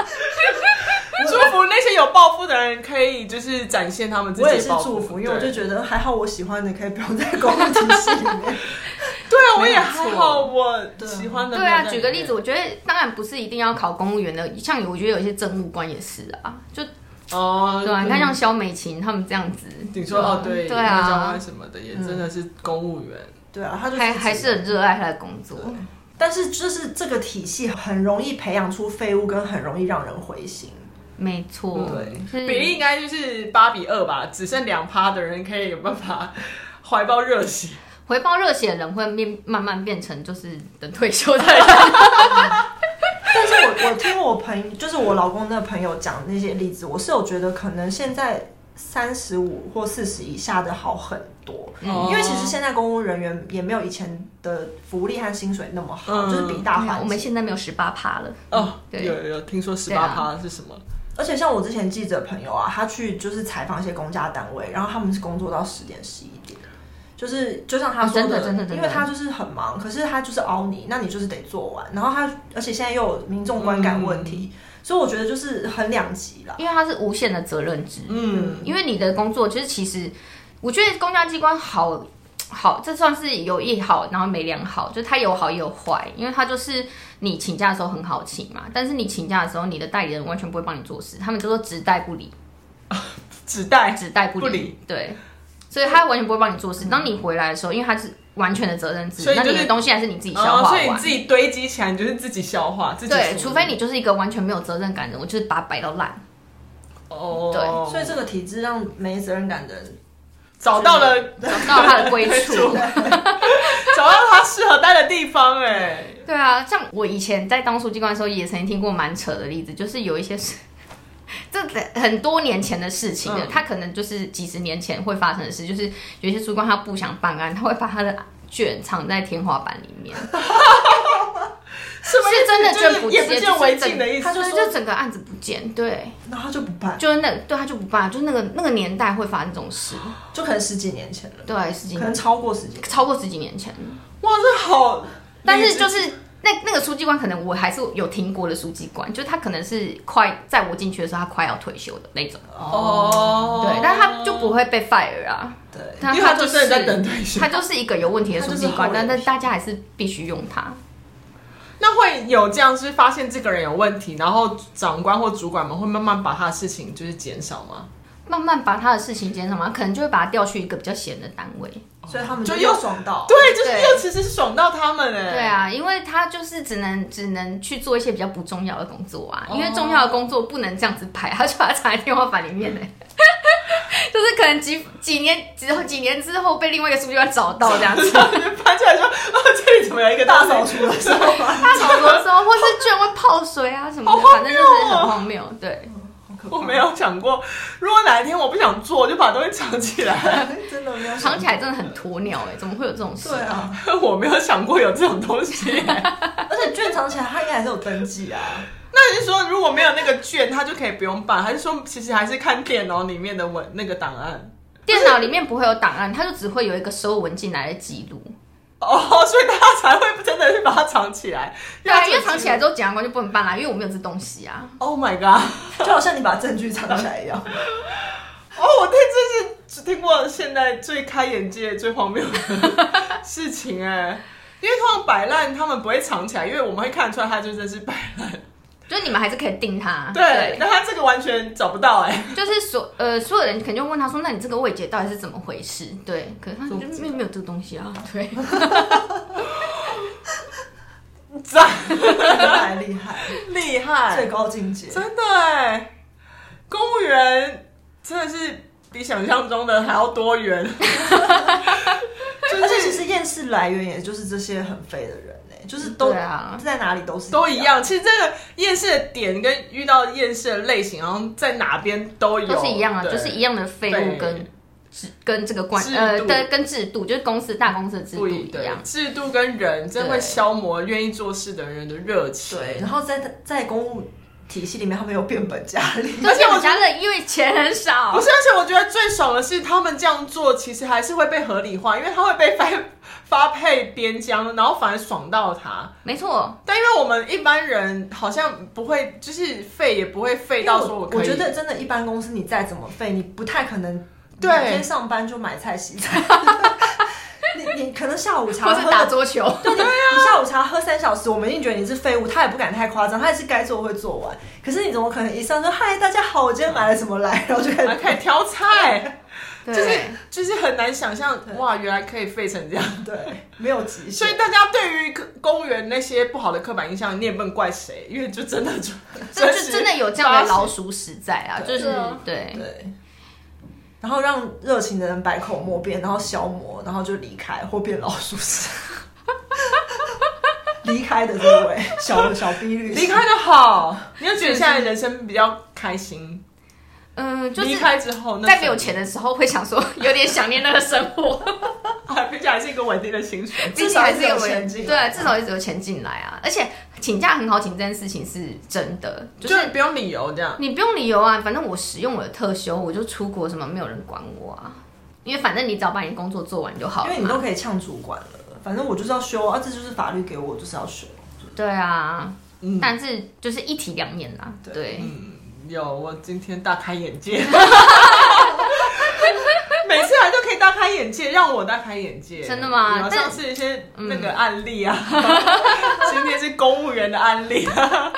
Speaker 1: 祝福那些有抱负的人可以就是展现他们自己
Speaker 2: 我也
Speaker 1: 的
Speaker 2: 是
Speaker 1: 抱负。
Speaker 2: 祝福，因为我
Speaker 1: 对
Speaker 2: 就觉得还好，我喜欢的可以不用在公务体系里面。
Speaker 1: 对啊，我也
Speaker 3: 没
Speaker 1: 还
Speaker 3: 有错
Speaker 1: 好，我喜欢的
Speaker 3: 对啊，
Speaker 1: 没有在里面
Speaker 3: 举个例子，我觉得当然不是一定要考公务员的，像我觉得有一些政务官也是啊，就
Speaker 1: 哦，
Speaker 3: 对啊，你看像肖美琴他们这样子，
Speaker 1: 你说哦，对，
Speaker 3: 对
Speaker 1: 外交
Speaker 3: 啊
Speaker 1: 官，什么的也真的是公务员，
Speaker 2: 对啊，他就是
Speaker 3: 还还是，很热爱他的工作，
Speaker 2: 但是就是这个体系很容易培养出废物，跟很容易让人灰心。
Speaker 3: 没错，
Speaker 1: 比
Speaker 3: 是
Speaker 1: 例应该就是八比二吧，只剩两趴的人可以有办法怀抱热血。
Speaker 3: 回报热血的人会变慢慢变成就是等退休的人，
Speaker 2: 但是我我听我朋友，就是我老公的朋友讲那些例子，我是有觉得可能现在三十五或四十以下的好很多。
Speaker 3: 嗯
Speaker 1: 哦
Speaker 2: 因为其实现在公务人员也没有以前的福利和薪水那么好，
Speaker 1: 嗯
Speaker 2: 就是比大
Speaker 3: 对啊
Speaker 2: 环
Speaker 3: 我们现在没有十八趴了。
Speaker 1: 哦，有
Speaker 3: 对
Speaker 1: 有有听说十
Speaker 3: 对
Speaker 1: 八
Speaker 3: 啊
Speaker 1: 趴是什么？
Speaker 2: 而且像我之前记者朋友啊，他去就是采访一些公家单位，然后他们是工作到十点十一点，就是就像他说
Speaker 3: 真的真的真的
Speaker 2: 因为他就是很忙，可是他就是熬你，那你就是得做完。然后他而且现在又有民众观感问题，所以我觉得就是很两极啦。
Speaker 3: 因为它是无限的责任制，
Speaker 1: 嗯，
Speaker 3: 因为你的工作就是其实，我觉得公家机关好好，这算是有一好，然后没两好，就是它有好也有坏，因为它就是你请假的时候很好请嘛，但是你请假的时候，你的代理人完全不会帮你做事，他们就说只带不理，
Speaker 1: 纸袋
Speaker 3: 只带不理，
Speaker 1: 不理
Speaker 3: 对，所以他完全不会帮你做事。当你回来的时候，因为他是完全的责任制，
Speaker 1: 所以
Speaker 3: 那
Speaker 1: 就是
Speaker 3: 你的东西还是你自己消
Speaker 1: 哦，
Speaker 3: 化
Speaker 1: 所
Speaker 3: 完。
Speaker 1: 以你自己堆积起来，你就是自己消化，自己
Speaker 3: 对，
Speaker 1: 处理
Speaker 3: 除非你就是一个完全没有责任感的人，我就是把它摆到烂。
Speaker 1: 哦，
Speaker 3: 对
Speaker 2: 所以这个体制让没责任感的人，
Speaker 1: 找到了
Speaker 3: 找到它的归处。
Speaker 1: 找到他适合待的地方，哎，
Speaker 3: 对啊，像我以前在当书记官的时候，也曾经听过蛮扯的例子，就是有一些事， 这很多年前的事情了，
Speaker 1: 嗯
Speaker 3: 他可能就是几十年前会发生的事，就是有一些书官他不想办案，他会把他的卷藏在天花板里 面，
Speaker 1: 是不
Speaker 3: 是真的
Speaker 1: 就是
Speaker 3: 卷不
Speaker 1: 也不
Speaker 3: 见，
Speaker 1: 见为净的意
Speaker 3: 他
Speaker 1: 思？
Speaker 3: 就是就整个案子不见，对，
Speaker 2: 然后他就不办，
Speaker 3: 就是那对他就不办，就是那个那个年代会发生这种事，
Speaker 2: 就可能十几年前了，
Speaker 3: 对，十几
Speaker 2: 可能
Speaker 3: 年
Speaker 2: 超过十几年。
Speaker 3: 超过十几年前，
Speaker 1: 哇，这好，
Speaker 3: 但是就是那那个书记官，可能我还是有听过的书记官，就是他可能是快在我进去的时候，他快要退休的那种。
Speaker 1: 哦，
Speaker 3: 对，但他就不会被 fire 啊，
Speaker 2: 对，
Speaker 3: 但
Speaker 1: 因为他
Speaker 3: 就
Speaker 1: 就是是在等退休
Speaker 3: 他就是一个有问题的书记
Speaker 2: 他
Speaker 3: 官，
Speaker 2: 就是后人
Speaker 3: 但但大家还是必须用他。
Speaker 1: 那会有这样，是发现这个人有问题，然后长官或主管们会慢慢把他的事情就是减少吗？
Speaker 3: 慢慢把他的事情减少嘛，可能就会把他调去一个比较闲的单位。
Speaker 2: 所以他们
Speaker 1: 就
Speaker 2: 就
Speaker 1: 又
Speaker 2: 又爽到，
Speaker 1: 对，就是
Speaker 3: 对
Speaker 1: 又其实是爽到他们哎、
Speaker 3: 对啊，因为他就是只能只能去做一些比较不重要的工作啊，因为重要的工作不能这样子排，他就把它藏在天花板里面呢、 就是可能几几年之后，几年之后被另外一个书记官找到这样子，
Speaker 1: 翻出来说，哦，这里怎么有一个
Speaker 2: 大
Speaker 1: 东西
Speaker 2: 扫除的时候吧，
Speaker 3: 他找的时候，或是居然会泡水啊什么
Speaker 1: 好
Speaker 3: 的，
Speaker 1: 荒
Speaker 3: 反正就是
Speaker 1: 谬哦
Speaker 3: 很荒谬。对，
Speaker 2: 好可怕
Speaker 1: 我没，有想过，如果哪一天我不想做，我就把东西藏起来。
Speaker 2: 真的没有想
Speaker 3: 藏起来真的很鸵鸟哎、怎么会有这种事？
Speaker 2: 对啊，
Speaker 1: 我没有想过有这种东西、
Speaker 2: 而且卷藏起来，他应该还是有登记啊。
Speaker 1: 那你是说，如果没有那个卷，他就可以不用办？还是说，其实还是看电脑里面的文那个档案？
Speaker 3: 电脑里面不会有档案，它就只会有一个收文进来的记录。
Speaker 1: 哦，所以大家才会真的去把它藏起来。
Speaker 3: 对啊，因为藏起来之后，检察官就不能办啦，因为我没有这东西啊。
Speaker 1: ，Oh my god！
Speaker 2: 就好像你把证据藏起来一 样。
Speaker 1: 哦，我对这是只听过现在最开眼界、最荒谬的事情哎、因为通常摆烂他们不会藏起来，因为我们会看得出来他就真是摆烂。
Speaker 3: 就是你们还是可以定它。
Speaker 1: 对，那他这个完全找不到哎、
Speaker 3: 就是所呃所有人肯定问他说，那你这个未解到底是怎么回事？对，可是他就
Speaker 1: 不知道
Speaker 3: 没有没有这个东西啊。对，
Speaker 1: 赞，
Speaker 2: 太厉害，
Speaker 1: 厉害
Speaker 2: 最，高境界。
Speaker 1: 真的哎、公务员真的是比想象中的还要多 元，
Speaker 2: 而且其实厌世来源也就是这些很废的人呢、就是都
Speaker 3: 对啊
Speaker 2: 在哪里都是
Speaker 1: 都一。样。其实这个厌世的点跟遇到厌世的类型，好像在哪边都有，
Speaker 3: 都是一样啊，
Speaker 1: 对
Speaker 3: 就是一样的废物跟
Speaker 1: 对
Speaker 3: 制跟这个关
Speaker 1: 制度
Speaker 3: 呃跟跟制度，就是公司大公司的制
Speaker 1: 不
Speaker 3: 度
Speaker 1: 一
Speaker 3: 一
Speaker 1: 对
Speaker 3: 样。
Speaker 1: 制度跟人真会
Speaker 3: 对
Speaker 1: 消磨愿意做事的人的热情。
Speaker 2: 对，然后在在公务体系里面，他们有变本加厉。
Speaker 1: 而且我觉
Speaker 3: 家的因为钱很少
Speaker 1: 不，是，而且我觉得最爽的是，他们这样做其实还是会被合理化，因为他会被发发配边疆，然后反而爽到他。
Speaker 3: 没错，
Speaker 1: 但因为我们一般人好像不会，就是废也不会废到说
Speaker 2: 我
Speaker 1: 可以。
Speaker 2: 觉得真的，一般公司你再怎么废，你不太可能
Speaker 1: 对
Speaker 2: 每天上班就买菜 洗菜。你你可能下午茶
Speaker 3: 或是
Speaker 2: 喝
Speaker 3: 打
Speaker 2: 了
Speaker 3: 桌球，
Speaker 2: 对 你
Speaker 3: 啊
Speaker 2: 你下午茶喝三小时，我们一定觉得你是废物，他也不敢太夸张，他也是该做会做完。可是你怎么可能一上说嗨大家好，我今天买了什么来，然后 就开
Speaker 3: 啊
Speaker 1: 还
Speaker 2: 始
Speaker 1: 可以挑菜，
Speaker 3: 对
Speaker 1: 就是就是很难想象，哇，原来可以废成这样。
Speaker 2: 对，没有极限。
Speaker 1: 所以大家对于公务员那些不好的刻板印象，你也不能怪谁，因为就真的就
Speaker 3: 这
Speaker 1: 真
Speaker 3: 就是 真的有这样的
Speaker 1: 老。
Speaker 3: 老鼠屎在啊，
Speaker 2: 对
Speaker 3: 就是
Speaker 1: 对啊
Speaker 3: 对
Speaker 2: 对，然后让热情的人百口莫辩，然后消磨，然后就离开或变老鼠屎。 离开的这位 小小 B 律师，
Speaker 1: 离开的好，你就觉得现在人生比较开心。
Speaker 3: 嗯，就
Speaker 1: 离
Speaker 3: 是
Speaker 1: 开之后，那
Speaker 3: 在没有钱的时候会想说有点想念那个生活，
Speaker 1: 啊，毕竟还是一个稳定的薪水。
Speaker 2: 至
Speaker 3: 毕
Speaker 2: 少
Speaker 3: 竟还是
Speaker 2: 还是有
Speaker 3: 有
Speaker 2: 钱进来
Speaker 3: 对，至少一直有钱进来啊。而且请假很好请这件事情是真的，就
Speaker 1: 就是
Speaker 3: 是
Speaker 1: 不用理由这样，
Speaker 3: 你不用理由啊，反正我使用我的特休，我就出国什么，没有人管我啊。因为反正你只要把你工作做完就好
Speaker 2: 因
Speaker 3: 了
Speaker 2: 为你
Speaker 3: 嘛。
Speaker 2: 都可以呛主管了。反正我就是要休啊，这就是法律给我，我就是要休。
Speaker 3: 对啊，
Speaker 1: 嗯
Speaker 3: 但是就是一体两面啦。
Speaker 2: 对嗯
Speaker 3: 对，
Speaker 1: 有，我今天大开眼 界，每次来都可以大开眼界，让我大开眼界。
Speaker 3: 真的吗
Speaker 1: 有啊
Speaker 3: 但嗯
Speaker 1: 上次一些那个案例 啊，今天是公务员的案例啊，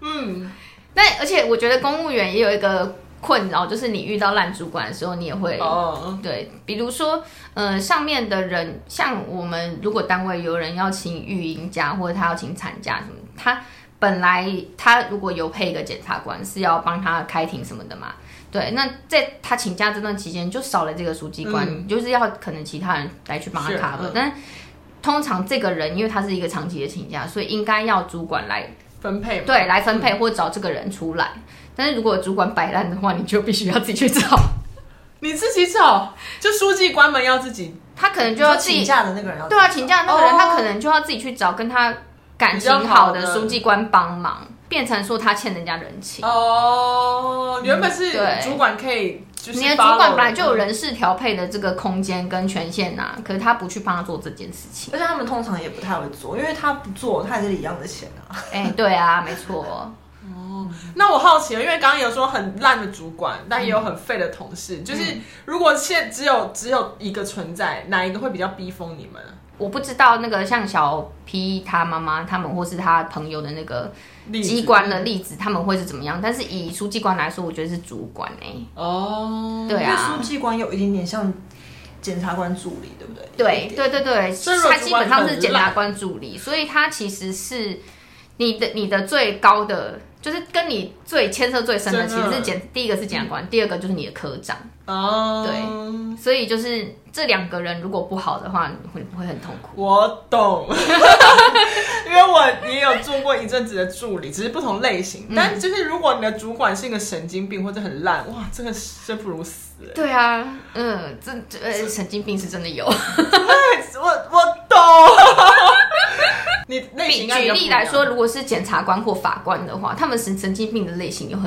Speaker 1: 嗯，
Speaker 3: 但而且我觉得公务员也有一个困扰，就是你遇到烂主管的时候，你也会
Speaker 1: 哦，
Speaker 3: 对，比如说，呃，上面的人，像我们如果单位有人要请育婴假，或者他要请产假什么，他本来他如果有配一个检察官是要帮他开庭什么的嘛，对，那在他请假这段期间就少了这个书记官，
Speaker 1: 嗯
Speaker 3: 就是要可能其他人来去帮他
Speaker 1: 是
Speaker 3: cover，、
Speaker 1: 嗯
Speaker 3: 但通常这个人因为他是一个长期的请假，所以应该要主管来
Speaker 1: 分配嘛，
Speaker 3: 对来分
Speaker 1: 嗯
Speaker 3: 配或找这个人出来，但是如果主管摆烂的话，你就必须要自己 去找。
Speaker 1: 你自己找，就书记关门要自己，
Speaker 3: 他可能就要自己
Speaker 2: 请假的那个人要
Speaker 3: 对啊，请假的那个人，
Speaker 1: 哦
Speaker 3: 他可能就要自己去找跟他感情好的书记官帮忙，变成说他欠人家人情。
Speaker 1: 哦，原本是
Speaker 3: 嗯对
Speaker 1: 主管可以，就是
Speaker 3: 你的主管
Speaker 1: follow
Speaker 3: 本来就有人事调配的这个空间跟权限呐、可是他不去帮他做这件事 情。
Speaker 2: 而且他们通常也不太会做，因为他不做，他也是领一样的钱啊。
Speaker 3: 哎、对啊，没错，
Speaker 1: 嗯那我好奇了，因为刚刚有说很烂的主管，但也有
Speaker 3: 嗯
Speaker 1: 很废的同事，就是如果现只有只有一个存在，哪一个会比较逼疯你们啊？
Speaker 3: 我不知道那个像小 P 他妈妈他们或是他朋友的那个
Speaker 1: 例子
Speaker 3: 机关的例子，他们会是怎么样？但是以书记官来说，我觉得是主管哎、
Speaker 1: 哦，
Speaker 3: 对
Speaker 2: 因为
Speaker 3: 啊
Speaker 2: 书。记官有一点点像检察官助理，对不对？有
Speaker 3: 对
Speaker 2: 一点
Speaker 3: 对对对，
Speaker 1: 所以如果
Speaker 3: 他
Speaker 1: 主
Speaker 3: 基
Speaker 1: 管
Speaker 3: 本上
Speaker 1: 很
Speaker 3: 是检察
Speaker 1: 烂
Speaker 3: 官助理，所以他其实是你的你的最高的，就是跟你最牵涉最深的，其
Speaker 1: 真的嗯
Speaker 3: 实是检第一个是检察官，第二个就是你的科长，
Speaker 1: 哦，
Speaker 3: 对所以就是这两个人如果不好的话，你会会很痛苦。
Speaker 1: 我 懂，因为我也有做过一阵子的助理，只是不同类型。
Speaker 3: 嗯
Speaker 1: 但就是如果你的主管是一个神经病或者很烂，哇，这个生不如死、欸。
Speaker 3: 对啊，嗯，这这呃神经病是真的有。
Speaker 1: 我我懂， 你类型
Speaker 3: 比
Speaker 1: 应 该比
Speaker 3: 举
Speaker 1: 较不
Speaker 3: 例
Speaker 1: 一样
Speaker 3: 来说，如果是检察官或法官的话，他们神神经病的类型有很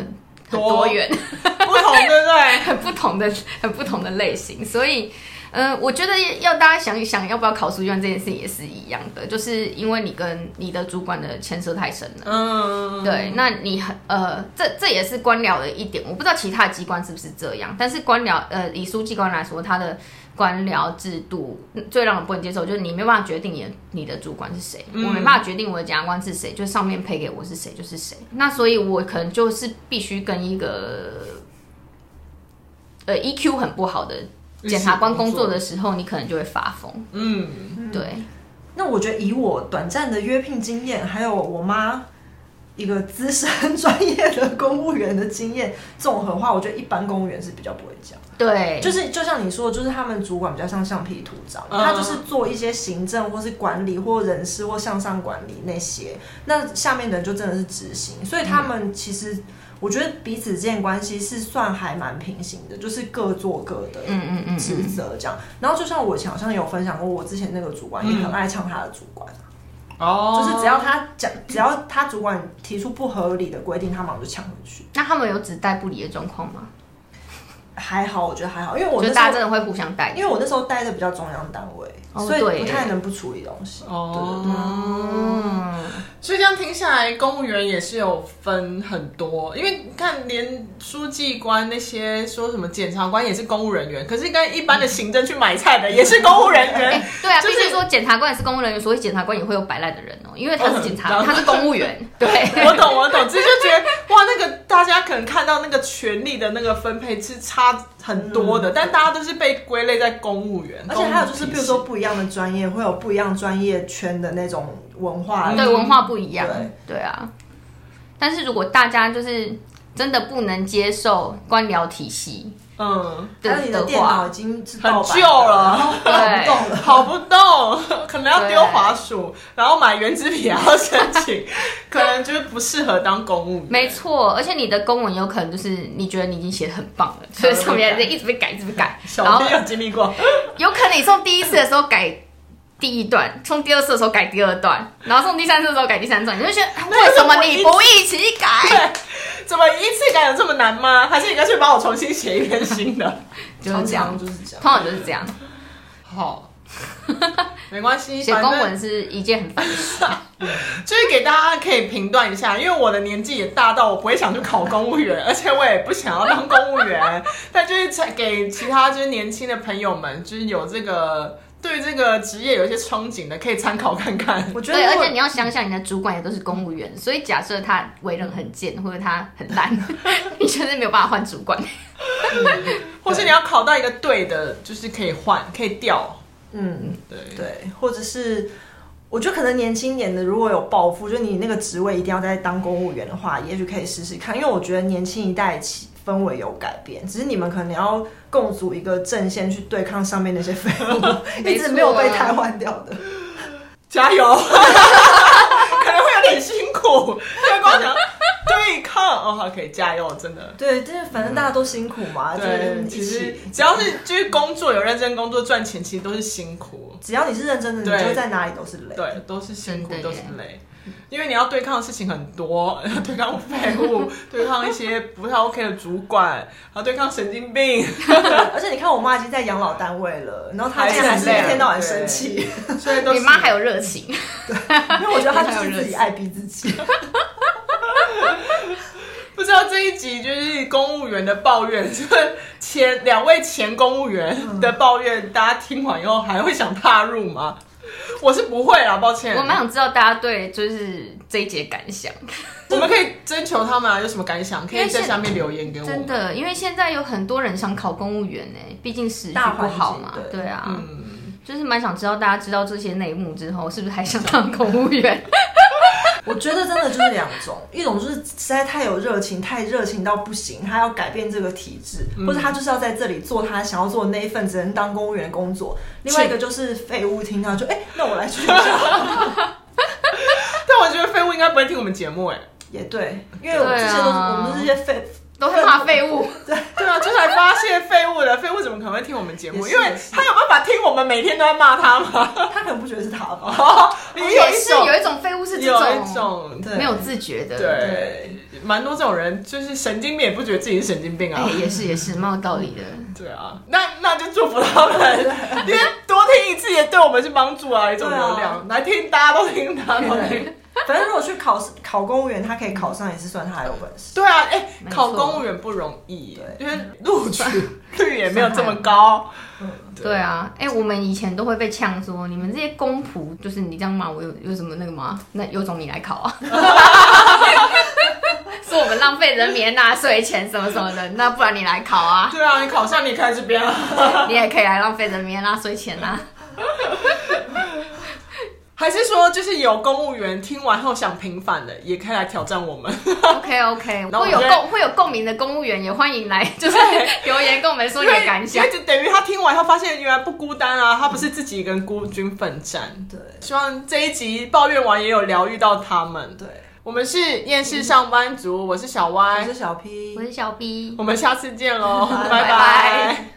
Speaker 3: 很
Speaker 1: 多
Speaker 3: 多元，
Speaker 1: 不同，对不对？
Speaker 3: 很不同的、很不同的类型，所以，呃，我觉得要大家想一想，要不要考书院这件事也是一样的，就是因为你跟你的主管的牵涉太深了。
Speaker 1: 嗯，
Speaker 3: 对，那你很呃，这这也是官僚的一点，我不知道其他机关是不是这样，但是官僚呃，以书记官来说，他的官僚制度嗯最让人不能接受，就是你没办法决定你的你的主管是谁，
Speaker 1: 嗯
Speaker 3: 我没办法决定我的检察官是谁，就是上面配给我是谁就是谁，那所以我可能就是必须跟一个呃 EQ 很不好的 检察官工作的时候，你可能就会发疯，
Speaker 1: 嗯，
Speaker 3: 对，
Speaker 2: 那我觉得以我短暂的约聘经验，还有我妈一个资深 专业的公务员的经验综合的话，我觉得一般公务员是比较不会讲。
Speaker 3: 对，
Speaker 2: 就是就像你说的，就是他们主管比较像橡皮图章，
Speaker 1: 嗯
Speaker 2: 他就是做一些行政或是管理或人事或向上管理那些，那下面的人就真的是执行，所以他
Speaker 3: 嗯
Speaker 2: 们其实。我觉得彼此之间关系是算还蛮平行的，就是各做各的
Speaker 3: 嗯嗯嗯
Speaker 2: 职责这样。然后就像我以前好像有分享过，我之前那个主管也
Speaker 3: 嗯
Speaker 2: 很爱呛他的主管，
Speaker 1: 哦，
Speaker 2: 就是只要他讲，只要他主管提出不合理的规定，他马上就呛回去。
Speaker 3: 那他们有只带不理的状况吗？
Speaker 2: 还好，我觉得还好，因为我
Speaker 3: 就
Speaker 2: 那
Speaker 3: 大家
Speaker 2: 时
Speaker 3: 真
Speaker 2: 候
Speaker 3: 的会互相带理
Speaker 2: 因为我那时候待的比较中央单位，
Speaker 3: 哦
Speaker 2: 所以
Speaker 3: 对
Speaker 2: 不太能不处理东西。
Speaker 1: 哦，
Speaker 2: 对对对。
Speaker 1: 所以这样听下来，公务员也是有分很多，因为你看连书记官那些说什么检察官也是公务人员，可是跟一般的行政去买菜的也是公务人员
Speaker 3: 哎， 对啊，
Speaker 1: 就
Speaker 3: 就是是说检察官也是公务人员，所以检察官也会有摆烂的人哦、因为他是检察，
Speaker 1: 嗯
Speaker 3: 他是公务员，对，
Speaker 1: 我懂，我懂，这就觉得哇，那个大家可能看到那个权力的那个分配是差很多
Speaker 3: 嗯
Speaker 1: 的，但大家都是被归类在公务员。
Speaker 2: 而且还有就是，
Speaker 1: 公务体系
Speaker 2: 比如说不一样的专业会有不一样专业圈的那种文化，
Speaker 3: 对文化不一样
Speaker 2: 嗯对，
Speaker 3: 对啊。但是如果大家就是真的不能接受官僚体系，
Speaker 1: 嗯，
Speaker 2: 但是你的电脑已经是盗版
Speaker 1: 很旧了
Speaker 2: 然后跑不
Speaker 1: 跑不
Speaker 2: 动了。
Speaker 1: 动，可能要丢滑鼠，然后买原子笔还要申请， 可能就是不适合当公务员。
Speaker 3: 没错，而且你的公文有可能就是你觉得你已经写的很棒了，所以上面还在一直被改，一直被改，然
Speaker 1: 小
Speaker 3: 后
Speaker 1: 弟有经历过，
Speaker 3: 有可能你送第一次的时候改第一段，送第二次的时候改第二段，然后送第三次的时候改第三段，你就觉得 啊
Speaker 1: 那个
Speaker 3: 为什么
Speaker 1: 我一
Speaker 3: 你不一起改？
Speaker 1: 怎么一次改有这么难吗？还是你干脆帮我重新写一篇新的？
Speaker 3: 就是这样
Speaker 2: 常常，就是这样。
Speaker 3: 通常就是这样。
Speaker 1: 好， 没关系，
Speaker 3: 写
Speaker 1: 反
Speaker 3: 公
Speaker 1: 正
Speaker 3: 文是一件很烦的事，
Speaker 1: 就是给大家可以评断一下，因为我的年纪也大到我不会想去考公务员，而 且我也不想要当公务员。 但就是给其他就是年轻的朋友们，就是有这个对这个职业有一些憧憬的，可以参考看看。
Speaker 2: 我觉得
Speaker 3: 对，
Speaker 2: 如
Speaker 3: 而
Speaker 2: 果，
Speaker 3: 且你要想想，你的主管也都是公务员，所以假设他为人很贱或者他很 烂，你就是没有办法换主管。
Speaker 1: 或是你要考到一个对的，就是可以换，可以调。
Speaker 2: 嗯，
Speaker 1: 对，
Speaker 2: 对，或者是我觉得可能年轻一点的如果有抱负，就你那个职位一定要在当公务员的话，也许可以试试看，因为我觉得年轻一代起氛围有改变，只是你们可能要共组一个阵线去对抗上面那些废 物，一直没有被
Speaker 1: 啊
Speaker 2: 瘫痪掉的。
Speaker 1: 加 油！可能会有点辛苦，因为光想对抗哦，好，可以加油，真的。
Speaker 2: 对，但是反正大家都辛苦嘛，啊就是
Speaker 1: 嗯对，
Speaker 2: 一
Speaker 1: 其实
Speaker 2: 起。
Speaker 1: 只要是就是工作有认真工作赚钱，其实都是辛苦。
Speaker 2: 只要你是认真的，
Speaker 1: 对
Speaker 2: 你就在哪里都是累。
Speaker 1: 对，都是辛苦
Speaker 3: 真，的
Speaker 1: 都是
Speaker 3: 耶
Speaker 1: 累，因为你要对抗的事情很多， 对抗废物，对抗一些不太 OK 的主管，还要对抗神经病，
Speaker 2: 而且你看，我妈已经在养老单位了，然后她
Speaker 1: 还
Speaker 2: 竟
Speaker 1: 是
Speaker 2: 然还
Speaker 1: 很
Speaker 2: 是一
Speaker 1: 累
Speaker 2: 天到晚
Speaker 1: 对
Speaker 2: 生气，
Speaker 1: 所以都
Speaker 3: 你
Speaker 1: 是
Speaker 3: 妈还有热情，
Speaker 2: 因为我觉得她就是自己爱逼自己。
Speaker 1: 不知道这一集就是公务员的抱怨，就是前两位前公务员的抱怨，大家听完以后还会想踏入吗？我是不会啦，抱歉。
Speaker 3: 我蛮想知道大家对就是这一节感想。
Speaker 1: 我们可以征求他们啊，有什么感想，可
Speaker 3: 因
Speaker 1: 以
Speaker 3: 为
Speaker 1: 在
Speaker 3: 现
Speaker 1: 下面留言给我们。
Speaker 3: 真，的，因为现在有很多人想考公务员呢、毕竟时局
Speaker 2: 大
Speaker 3: 不
Speaker 2: 环境
Speaker 3: 好嘛。
Speaker 2: 对
Speaker 3: 对啊，
Speaker 1: 嗯。
Speaker 3: 就是蛮想知道大家知道这些内幕之后，是不是还想当公务员？
Speaker 2: 我觉得真的就是两 种，一种就是实在太有热情，太热情到不行，他要改变这个体制，
Speaker 3: 嗯
Speaker 2: 或者他就是要在这里做他想要做的那一份，只能当公务员的工作。另外一个就是废物听到就哎、那我来去一 下。
Speaker 1: 但我觉得废物应该不会听我们节目哎、
Speaker 2: 也对，因为我们这
Speaker 3: 对啊
Speaker 2: 些都是、我们这些废，
Speaker 3: 都会骂废物，
Speaker 1: 对啊，这才发现废物了，废物怎么可能会听我们节目？
Speaker 2: 也
Speaker 1: 因
Speaker 2: 是
Speaker 1: 为
Speaker 2: 也是
Speaker 1: 他有办法听我们每天都在骂他 吗？
Speaker 2: 他可能不觉得是他吧。
Speaker 1: 也
Speaker 3: 也是
Speaker 1: 有
Speaker 3: 有一种废物是这
Speaker 1: 有一种
Speaker 2: 对
Speaker 3: 没有自觉的。
Speaker 1: 对，蛮多这种人，就是神经病也不觉得自己是神经病
Speaker 3: 哎、
Speaker 1: 啊。
Speaker 3: 也是也是，蛮有道理的。
Speaker 1: 对啊，那那就祝福他们，因为多听一次也对我们是帮助啊，一种流
Speaker 2: 对
Speaker 1: 量
Speaker 2: 啊。
Speaker 1: 来听，大家都听，大家都听。
Speaker 2: 反正如果去考试考公务员，他可以考上也是算他有本事。
Speaker 1: 对啊，哎，
Speaker 3: 没错
Speaker 1: 考公务员不容易，因
Speaker 2: 对
Speaker 1: 为录取率也没有这么高。对
Speaker 3: 对啊，哎、我们以前都会被呛说，你们这些公仆，就是你这样骂我有有什么那个吗？那有种你来考啊！说我们浪费人民的纳税钱什么什么的，那不然你来考啊，
Speaker 1: 对啊，你考上你开这边啊。
Speaker 3: 你也可以来浪费人民的纳税钱啊。
Speaker 1: 还是说，就是有公务员听完后想平反的，也可以来挑战我们。
Speaker 3: OK OK，
Speaker 1: 后我
Speaker 3: 会有
Speaker 1: 觉得
Speaker 3: 共会有共鸣的公务员也欢迎来，就是
Speaker 1: 对
Speaker 3: 留言跟我们说你的感想
Speaker 1: 因。为就等于他听完，他发现原来不孤单啊，他不是自己一个人孤军奋战。
Speaker 2: 对
Speaker 1: 希望这一集抱怨完也有疗愈到他们。
Speaker 2: 对，
Speaker 1: 我们是厌世上班 族，我是小
Speaker 3: 哎
Speaker 2: 我
Speaker 1: 歪
Speaker 2: 是，小 P，
Speaker 3: 我是小 B，
Speaker 1: 我们下次见喽，
Speaker 2: 拜
Speaker 1: 拜
Speaker 3: 拜
Speaker 1: 拜。